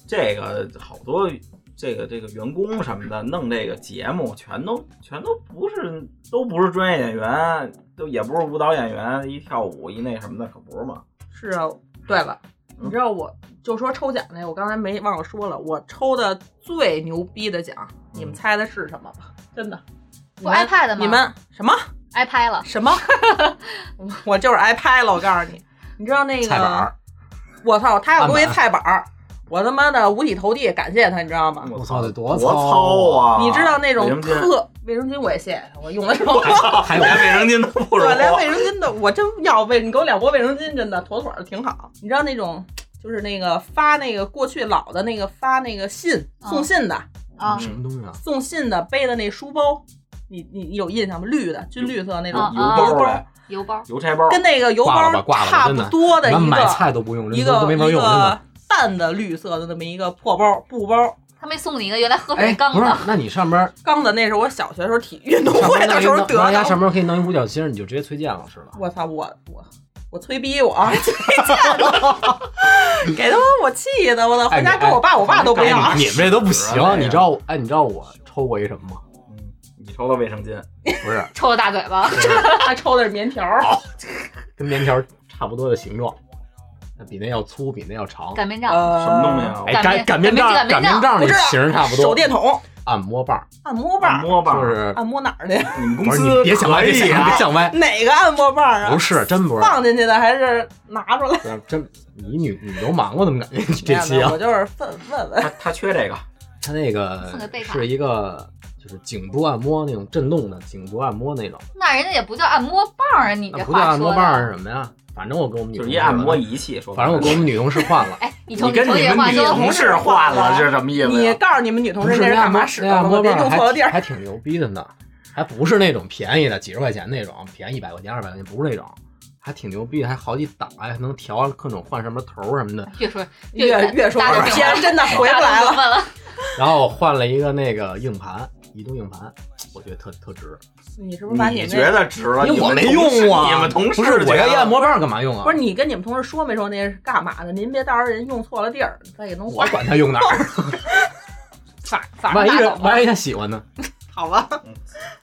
Speaker 12: 这个好多这个这个员工什么的弄这个节目，全都全都不是都不是专业演员，都也不是舞蹈演员，一跳舞一那什么的，可不是嘛。
Speaker 3: 是啊，对了，你知道我就说抽奖那，我刚才没忘了说了，我抽的最牛逼的奖，你们猜猜是什么吧？真的，
Speaker 9: 不 iPad 吗？
Speaker 3: 你们什么
Speaker 9: iPad 了？
Speaker 3: 什么？ [laughs] 我就是 iPad 了，我告诉你，你知道那
Speaker 9: 菜板
Speaker 3: 个
Speaker 9: 儿，
Speaker 3: 我操，他要给我一
Speaker 4: 案板
Speaker 3: 菜板儿。我他妈的五体投地，感谢他，你知道吗？
Speaker 4: 我操，得啊多
Speaker 12: 多糙啊
Speaker 3: 你知道那种
Speaker 12: 卫生巾
Speaker 3: 特卫生巾，我也谢谢他，我用了之后，
Speaker 12: 还有连卫生巾都不如
Speaker 3: 对，连卫生巾都，我真要卫，你给我两包卫生巾，真的妥妥的，挺好。你知道那种就是那个发那个过去老的那个发那个信送信的啊
Speaker 4: 什么东西啊？
Speaker 3: 送信的背的那书包，你你你有印象吗？绿的，军绿色那
Speaker 12: 嗯
Speaker 3: 种
Speaker 4: 邮包
Speaker 3: 邮
Speaker 4: 呗
Speaker 3: 包，
Speaker 9: 邮包，
Speaker 12: 邮差包
Speaker 3: 嗯跟那个邮
Speaker 4: 挂了
Speaker 3: 包
Speaker 4: 吧挂了吧
Speaker 3: 差
Speaker 4: 真
Speaker 3: 不
Speaker 4: 的
Speaker 3: 多的
Speaker 4: 你们
Speaker 3: 一个
Speaker 4: 买菜都不用，
Speaker 3: 一
Speaker 4: 人都
Speaker 3: 个
Speaker 4: 没法
Speaker 3: 一 [laughs]
Speaker 4: 用，真
Speaker 3: 个
Speaker 4: 的。
Speaker 3: 淡的绿色的那么一个破包布包。
Speaker 9: 他没送你一个原来喝水
Speaker 4: 哎，
Speaker 9: 缸
Speaker 4: 不是
Speaker 9: 的，， [laughs]
Speaker 4: 那你上班
Speaker 3: [laughs] 刚的那是我小学时候体育运动
Speaker 4: 上
Speaker 3: 会
Speaker 4: 班弄
Speaker 3: 的
Speaker 4: 一
Speaker 3: 时候
Speaker 4: 弄，
Speaker 3: 得
Speaker 4: 然后
Speaker 3: 的
Speaker 4: 家，上班可以弄一五角星，你就直接崔健老师了。
Speaker 3: 我操，我我我催逼我， [laughs] 催逼我 [laughs] 给他妈我气的，我操！回家跟我爸，我爸都不要。
Speaker 4: 哎你你们这都不行
Speaker 12: 是啊，
Speaker 4: 你知道我？哎，你知道我抽过一什么吗？
Speaker 12: 你抽到卫生巾，
Speaker 4: 不是
Speaker 9: 抽了大嘴巴，
Speaker 3: 他 [laughs] 抽的是棉条，
Speaker 4: 跟棉条差不多的形状，那比那要粗，比那要长。
Speaker 9: 擀面杖，
Speaker 3: 什么东西啊
Speaker 4: 哎，擀
Speaker 9: 擀
Speaker 4: 面
Speaker 9: 面
Speaker 4: 杖，
Speaker 9: 擀
Speaker 4: 擀
Speaker 9: 面
Speaker 4: 面杖
Speaker 9: 不
Speaker 4: 那
Speaker 9: 是
Speaker 4: 形儿差不多。
Speaker 3: 手电筒、
Speaker 4: 按摩棒，
Speaker 3: 按摩棒、
Speaker 4: 按摩棒就是
Speaker 3: 按摩哪儿的呀？
Speaker 12: 你们
Speaker 4: 不是你别想歪，别想歪，别想歪，
Speaker 3: 哪个按摩棒啊？
Speaker 4: 啊 [laughs] 不是真不是，
Speaker 3: 放进去的还是拿出来？
Speaker 4: 不是真你女女流氓，我怎么感觉你 [laughs] 这期啊
Speaker 3: 我？就是问问
Speaker 12: 他
Speaker 3: 问，
Speaker 12: 他缺这个，
Speaker 4: 它那个
Speaker 9: 送给贝卡
Speaker 4: 是一个就是颈部按摩那种震动的颈部按摩那种，
Speaker 9: 那人家也不叫按摩棒啊，
Speaker 3: 呃
Speaker 9: 你
Speaker 4: 那
Speaker 9: 这
Speaker 4: 不叫
Speaker 9: 话
Speaker 4: 按摩
Speaker 9: 说
Speaker 4: 棒是
Speaker 9: 的。
Speaker 4: 什么呀？反正我跟我们女
Speaker 12: 就是
Speaker 4: 同
Speaker 12: 一
Speaker 4: 事
Speaker 12: 按摩仪器。说白
Speaker 4: 反正
Speaker 12: 了
Speaker 4: 我跟我们女同事换了。
Speaker 9: 哎你瞅
Speaker 12: 你跟
Speaker 9: 瞅
Speaker 12: 你
Speaker 9: 这
Speaker 12: 们
Speaker 9: 话
Speaker 12: 女
Speaker 9: 说，
Speaker 12: 同事换了是什么意思
Speaker 3: 你
Speaker 12: 呀？
Speaker 3: 告诉你们女同
Speaker 4: 不
Speaker 3: 事
Speaker 4: 是
Speaker 3: 那是
Speaker 4: 按
Speaker 3: 干
Speaker 4: 摩
Speaker 3: 嘛使
Speaker 4: 那
Speaker 3: 的
Speaker 4: 按
Speaker 3: 吗？
Speaker 4: 摩
Speaker 3: 别
Speaker 4: 棒
Speaker 3: 用
Speaker 4: 还
Speaker 3: 错了地儿。
Speaker 4: 还挺牛逼的呢，还不是那种便宜的几十块钱那种，便宜一百块钱二百块钱不是那种，还挺牛逼，还好几档，还能调各种换什么头儿什么的。
Speaker 9: 越说
Speaker 3: 越越说
Speaker 9: 大
Speaker 3: 越
Speaker 9: 嘴
Speaker 3: 偏，真的回不来了。
Speaker 9: 了。
Speaker 4: 然后换了一个那个硬盘，移动硬盘，我觉得特特值。
Speaker 3: 你是不是把你
Speaker 12: 你
Speaker 3: 那
Speaker 12: 觉得值了？
Speaker 4: 因为我
Speaker 12: 你们
Speaker 4: 没
Speaker 12: 同事
Speaker 4: 用啊，
Speaker 12: 你们同事
Speaker 4: 不是我
Speaker 12: 觉
Speaker 4: 要
Speaker 12: 得
Speaker 4: 按摩棒干嘛用啊？
Speaker 3: 不是你跟你们同事说没说那是干嘛的？您别到时候人用错了地儿，再给弄坏
Speaker 4: 我。管他用哪
Speaker 3: [laughs]
Speaker 4: 儿，
Speaker 3: 反反
Speaker 4: 万
Speaker 3: 正
Speaker 4: 一
Speaker 3: 拿
Speaker 4: 人
Speaker 3: 走吧
Speaker 4: 万一他喜欢呢？
Speaker 3: [laughs] 好吧，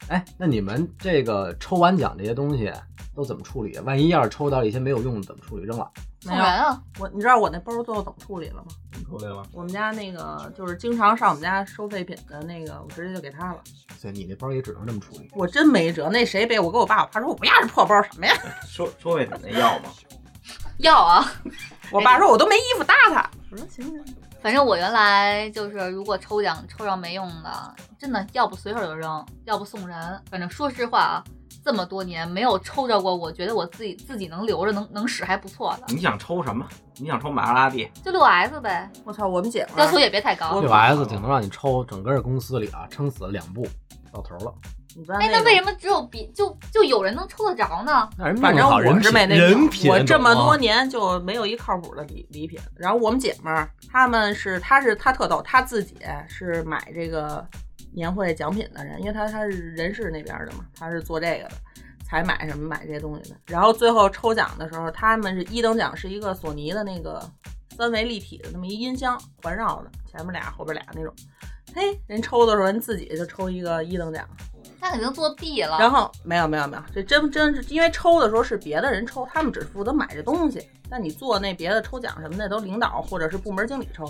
Speaker 4: 哎，那你们这个抽完奖这些东西都怎么处理？啊万一要是抽到一些没有用的，怎么处理？扔了？
Speaker 3: 没有
Speaker 9: 人啊！
Speaker 3: 我你知道我那包最后怎么处理了吗？
Speaker 12: 出来了，
Speaker 3: 我们家那个就是经常上我们家收废品的那个，我直接就给他了。
Speaker 4: 所以你那包也只能这么处理。
Speaker 3: 我真没辙，那谁背？我跟我爸我爸说，我不要这破包什么呀？ [laughs]
Speaker 12: 说说卫生那药吗？
Speaker 9: 要啊！
Speaker 3: 我爸说我都没衣服搭他。我说行行，
Speaker 9: 反正我原来就是，如果抽奖抽着没用的，真的要不随手就扔，要不送人。反正说实话啊，这么多年没有抽着过，我觉得我自己自己能留着能能使还不错
Speaker 3: 嗯
Speaker 9: 的，
Speaker 12: 你想抽什么？你想抽玛莎拉蒂？
Speaker 9: 就六 S 呗，
Speaker 3: 我操，我们姐们儿
Speaker 9: 要求也别太高。
Speaker 4: 六 S 顶多让你抽整个公司里啊，撑死了两步，到头了。
Speaker 3: 你知道
Speaker 9: 哎，
Speaker 3: 那
Speaker 9: 那
Speaker 3: 个
Speaker 9: 为什么只有比就就有人能抽得着呢？
Speaker 4: 那人
Speaker 3: 反正我是没那
Speaker 4: 人
Speaker 3: 种，
Speaker 4: 品，啊
Speaker 3: 我这么多
Speaker 4: 年。
Speaker 3: 年就没有一靠谱的礼礼品。然后我们姐们儿，她们是，她是她特逗，她自己是买这个年会奖品的人，因为她她是人事那边的嘛，她是做这个的，才买什么买这些东西的。然后最后抽奖的时候，他们是一等奖是一个索尼的那个三维立体的那么一音箱环绕的，前面俩后边俩那种。嘿，人抽的时候，人自己就抽一个一等奖，
Speaker 9: 他肯定作弊了。
Speaker 3: 然后没有没有没有，这真真是因为抽的时候是别的人抽，他们只负责买这东西。但你做那别的抽奖什么的，都领导或者是部门经理抽。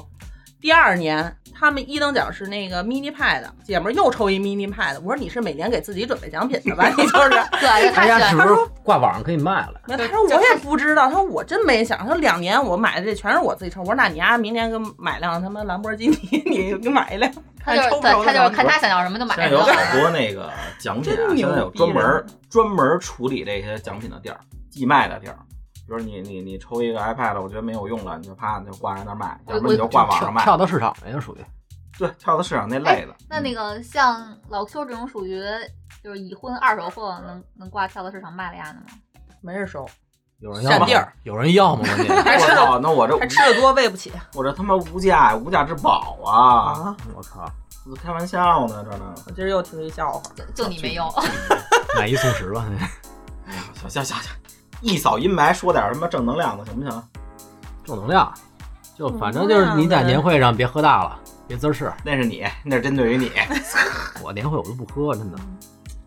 Speaker 3: 第二年他们一等奖是那个 mini 派的，姐们儿又抽一 mini 派的。我说你是每年给自己准备奖品的
Speaker 9: [laughs]
Speaker 3: 吧？你就是
Speaker 9: 对啊
Speaker 4: 大家是不
Speaker 3: 他
Speaker 4: 是
Speaker 3: 说
Speaker 4: 挂网上可以卖了？
Speaker 3: 没有，他说我也不知道，他说我真没想，他说两年我买的这全是我自己抽，我说那你丫、明年给我买辆他妈兰博基尼， [laughs] 你给买一辆，
Speaker 9: 他就是
Speaker 3: 抽不
Speaker 9: 对
Speaker 3: 抽
Speaker 9: 他就是
Speaker 3: 得着
Speaker 9: 看他想要什么就买
Speaker 12: 现在
Speaker 9: 什
Speaker 12: 有
Speaker 9: 么
Speaker 12: 好。多那个奖品啊，
Speaker 3: 真牛逼
Speaker 12: 现在有专门儿专门儿处理这些奖品的地儿，寄卖的地儿。比如你你你抽一个 iPad，我觉得没有用了，你就啪你就挂在那儿卖，要不然你就挂网上卖，
Speaker 4: 跳到市场了，就属于
Speaker 12: 对跳到市场那类的。
Speaker 9: 那
Speaker 4: 嗯
Speaker 9: 那个像老 Q 这种属于就是已婚二手货，能能挂跳蚤市场卖了呀的吗？
Speaker 3: 没人收，
Speaker 4: 有人要吗
Speaker 3: 占地儿？
Speaker 4: 有人要吗？关键
Speaker 12: 我操，那我这
Speaker 3: 他吃的多喂不起。
Speaker 12: 我这他妈无价无价之宝啊！
Speaker 4: 我靠，
Speaker 12: 我开玩笑呢，这呢。
Speaker 3: 我今儿又听一笑话，
Speaker 9: 就你没用，
Speaker 4: 买一送十吧。
Speaker 12: 行行行行，一扫阴霾，说点他妈正能量的行不行？
Speaker 4: 正能量，就反正就是你在年会上别喝大了，别滋儿事。
Speaker 12: 那是你，那是针对于你。
Speaker 4: 我年会我都不喝，真的。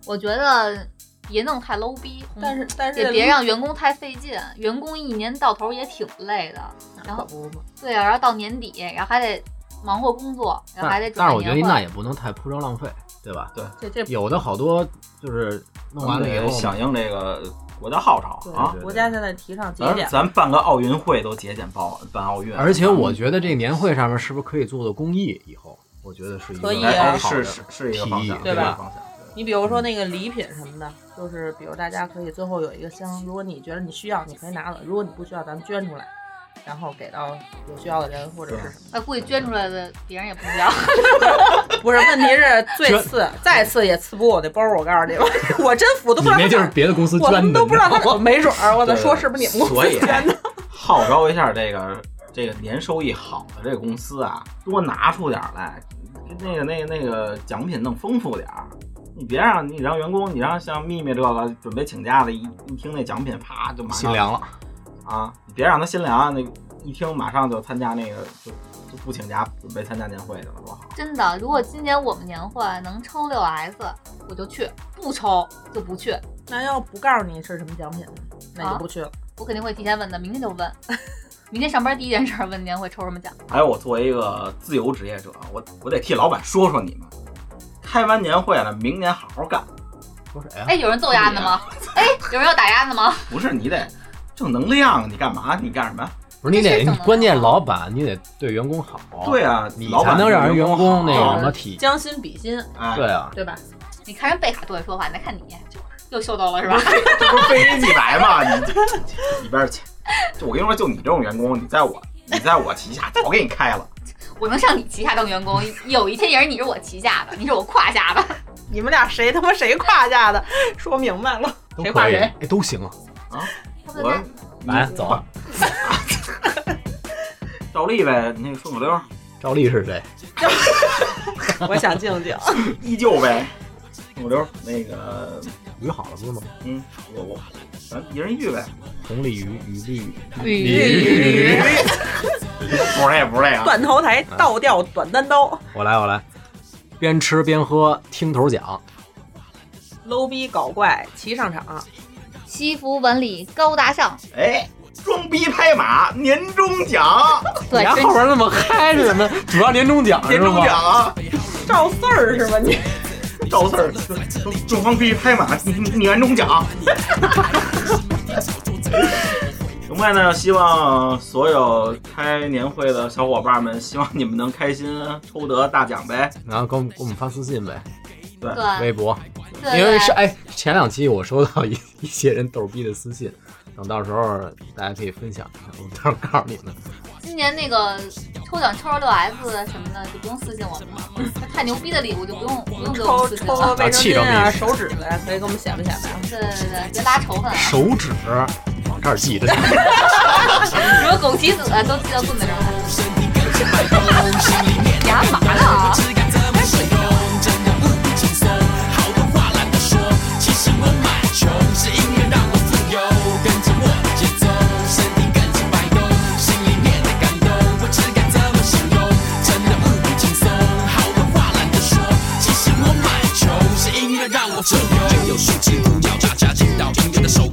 Speaker 9: 我觉得别弄太 low 逼，
Speaker 3: 但是但是
Speaker 9: 也别让员工太费劲，员工一年到头也挺累的，然后
Speaker 3: 不嘛
Speaker 9: 对啊，然后到年底，然后还得忙活工作，然后还得准
Speaker 4: 但但是我
Speaker 9: 备
Speaker 4: 觉得
Speaker 9: 年
Speaker 4: 那
Speaker 9: 会。
Speaker 4: 也不能太铺张浪费，对吧？
Speaker 3: 对，这
Speaker 4: 有的好多就是弄 [laughs] 完了以后
Speaker 12: 得响应这个国家号召
Speaker 3: 对
Speaker 12: 啊！
Speaker 3: 国家现在提倡节
Speaker 12: 咱
Speaker 3: 俭，
Speaker 12: 咱办个奥运会都节俭包办奥运，
Speaker 4: 而且我觉得这年会上面是不是可以做做公益？以后我觉得是一个
Speaker 3: 可以啊
Speaker 4: 很好的
Speaker 12: 哎是是是一个
Speaker 4: 提
Speaker 12: 方
Speaker 4: 议
Speaker 12: 向
Speaker 3: 对
Speaker 12: 这个
Speaker 3: 吧
Speaker 12: 方向？
Speaker 3: 你比如说那个礼品什么的，就是比如大家可以最后有一个箱，如果你觉得你需要，你可以拿走；如果你不需要，咱们捐出来，然后给到有需要的人或者是什么。
Speaker 9: 那估计捐出来的别人也不要，
Speaker 3: 不是，问题是最次，再次也刺不过我那包儿。我告诉你吧， [laughs] 我真服，都不知道
Speaker 4: 你那
Speaker 3: 他
Speaker 4: 就是别的公司
Speaker 3: 我他
Speaker 4: 捐
Speaker 3: 妈
Speaker 4: 的
Speaker 3: 都不知道他哪儿，没准儿我
Speaker 12: 对
Speaker 3: 在说是不是你们公
Speaker 12: 所
Speaker 3: 司
Speaker 12: 以
Speaker 3: 捐的？
Speaker 12: 号召一下这个这个年收益好的这个公司啊，多拿出点儿来，那个那个那个奖品弄丰富点儿。你别让你让员工，你让像秘密这个准备请假的，一一听那奖品，啪就马上
Speaker 4: 心凉了
Speaker 12: 啊！你别让他心凉，那一听马上就参加那个就就不请假，准备参加年会去了，多好！
Speaker 9: [laughs] 真的。如果今年我们年会能抽六 S，我就去；不抽就不去。
Speaker 3: 那要不告诉你是什么奖品呢，那就不去了。
Speaker 9: 我肯定会提前问的，明天就问。 [laughs] 明天上班第一件事儿问年会抽什么奖。
Speaker 12: 还有，我作为一个自由职业者，我我得替老板说说你们，开完年会了，明年好好干。
Speaker 4: 说谁啊呀
Speaker 9: [laughs] 哎，有人揍鸭子吗？哎，有人要打鸭子吗？
Speaker 12: 不是你得正能量，你干嘛？你干什么？
Speaker 4: 不是你得，你关键老板你得对员工好。
Speaker 12: 对啊
Speaker 4: 你
Speaker 12: 老板
Speaker 4: 才能让人
Speaker 12: 对
Speaker 4: 员
Speaker 12: 员工
Speaker 4: 工那
Speaker 12: 好啊
Speaker 4: 个什么体。
Speaker 3: 啊将心比心，
Speaker 12: 哎
Speaker 4: 对啊
Speaker 3: 对吧？
Speaker 9: 你看人贝卡多会说话，你再看你，就又秀逗了是吧？ [laughs]
Speaker 12: 这不是非黑即白吗？你 [laughs] 你一边去！就我跟你说，就你这种员工，你在我你在我旗下，早给你开了。
Speaker 9: 我能上你旗下当员工，有一天也是你是我旗下的，你是我胯下的。
Speaker 3: 你们俩谁他妈谁胯下的？说明白了，
Speaker 4: 都
Speaker 3: 谁
Speaker 4: 可
Speaker 3: 胯
Speaker 4: 以，
Speaker 3: 谁？
Speaker 4: 哎，都行啊。
Speaker 12: 我
Speaker 4: 来走啊，
Speaker 3: 嗯
Speaker 12: 照例呗，那个顺口溜，
Speaker 4: 赵丽是谁？
Speaker 3: 我想静静。
Speaker 12: 依旧呗。顺口溜，那个
Speaker 4: 鱼好了不吗？
Speaker 12: 嗯，我我咱一人一句呗。
Speaker 4: 红鲤鱼，鱼绿，
Speaker 3: 鲤
Speaker 4: 鲤
Speaker 3: 鱼
Speaker 4: 鱼。
Speaker 12: 不是这不是这
Speaker 3: 断头台倒吊短单刀
Speaker 4: 我来，我来，边吃边喝，听头讲，
Speaker 3: ，low 逼搞怪齐上场，
Speaker 9: 西服文理高大上，
Speaker 12: 哎，装逼拍马年终奖，
Speaker 9: [laughs] 对
Speaker 4: 你还后边那么嗨是什么？主要年终奖是
Speaker 12: 年
Speaker 4: 吗？
Speaker 12: 终奖啊，
Speaker 3: 赵四儿是吧？你
Speaker 12: 赵四儿，装逼拍马年终奖。 [laughs] 另外呢，希望所有开年会的小伙伴们，希望你们能开心，抽得大奖呗。
Speaker 4: 然后给啊我们给我们发私信呗，
Speaker 12: 对
Speaker 4: 微博，
Speaker 9: 啊对
Speaker 4: 因为是哎，前两期我收到一一些人逗逼的私信，等到时候大家可以分享一下，我到时候告诉你们。
Speaker 9: 今年那个抽奖抽着六 S 什么的就不用私信我们 [laughs] 了，太牛逼的礼物就不用不用给我
Speaker 3: 抽
Speaker 9: 们私信
Speaker 3: 抽个
Speaker 9: 了。
Speaker 3: 卫生巾啊，
Speaker 4: 啊气着
Speaker 3: 手指子啊，可以给我们显摆显摆啊。
Speaker 9: 对对对，别拉仇恨 [laughs] 啊！
Speaker 4: 手指往这儿记着。
Speaker 9: 什么枸杞子啊都记到 [laughs] 肚子这儿。干嘛呢啊？
Speaker 6: 跟着我节奏，身体跟着摆动，心里面的感动。这有事情不要大家听到音乐的手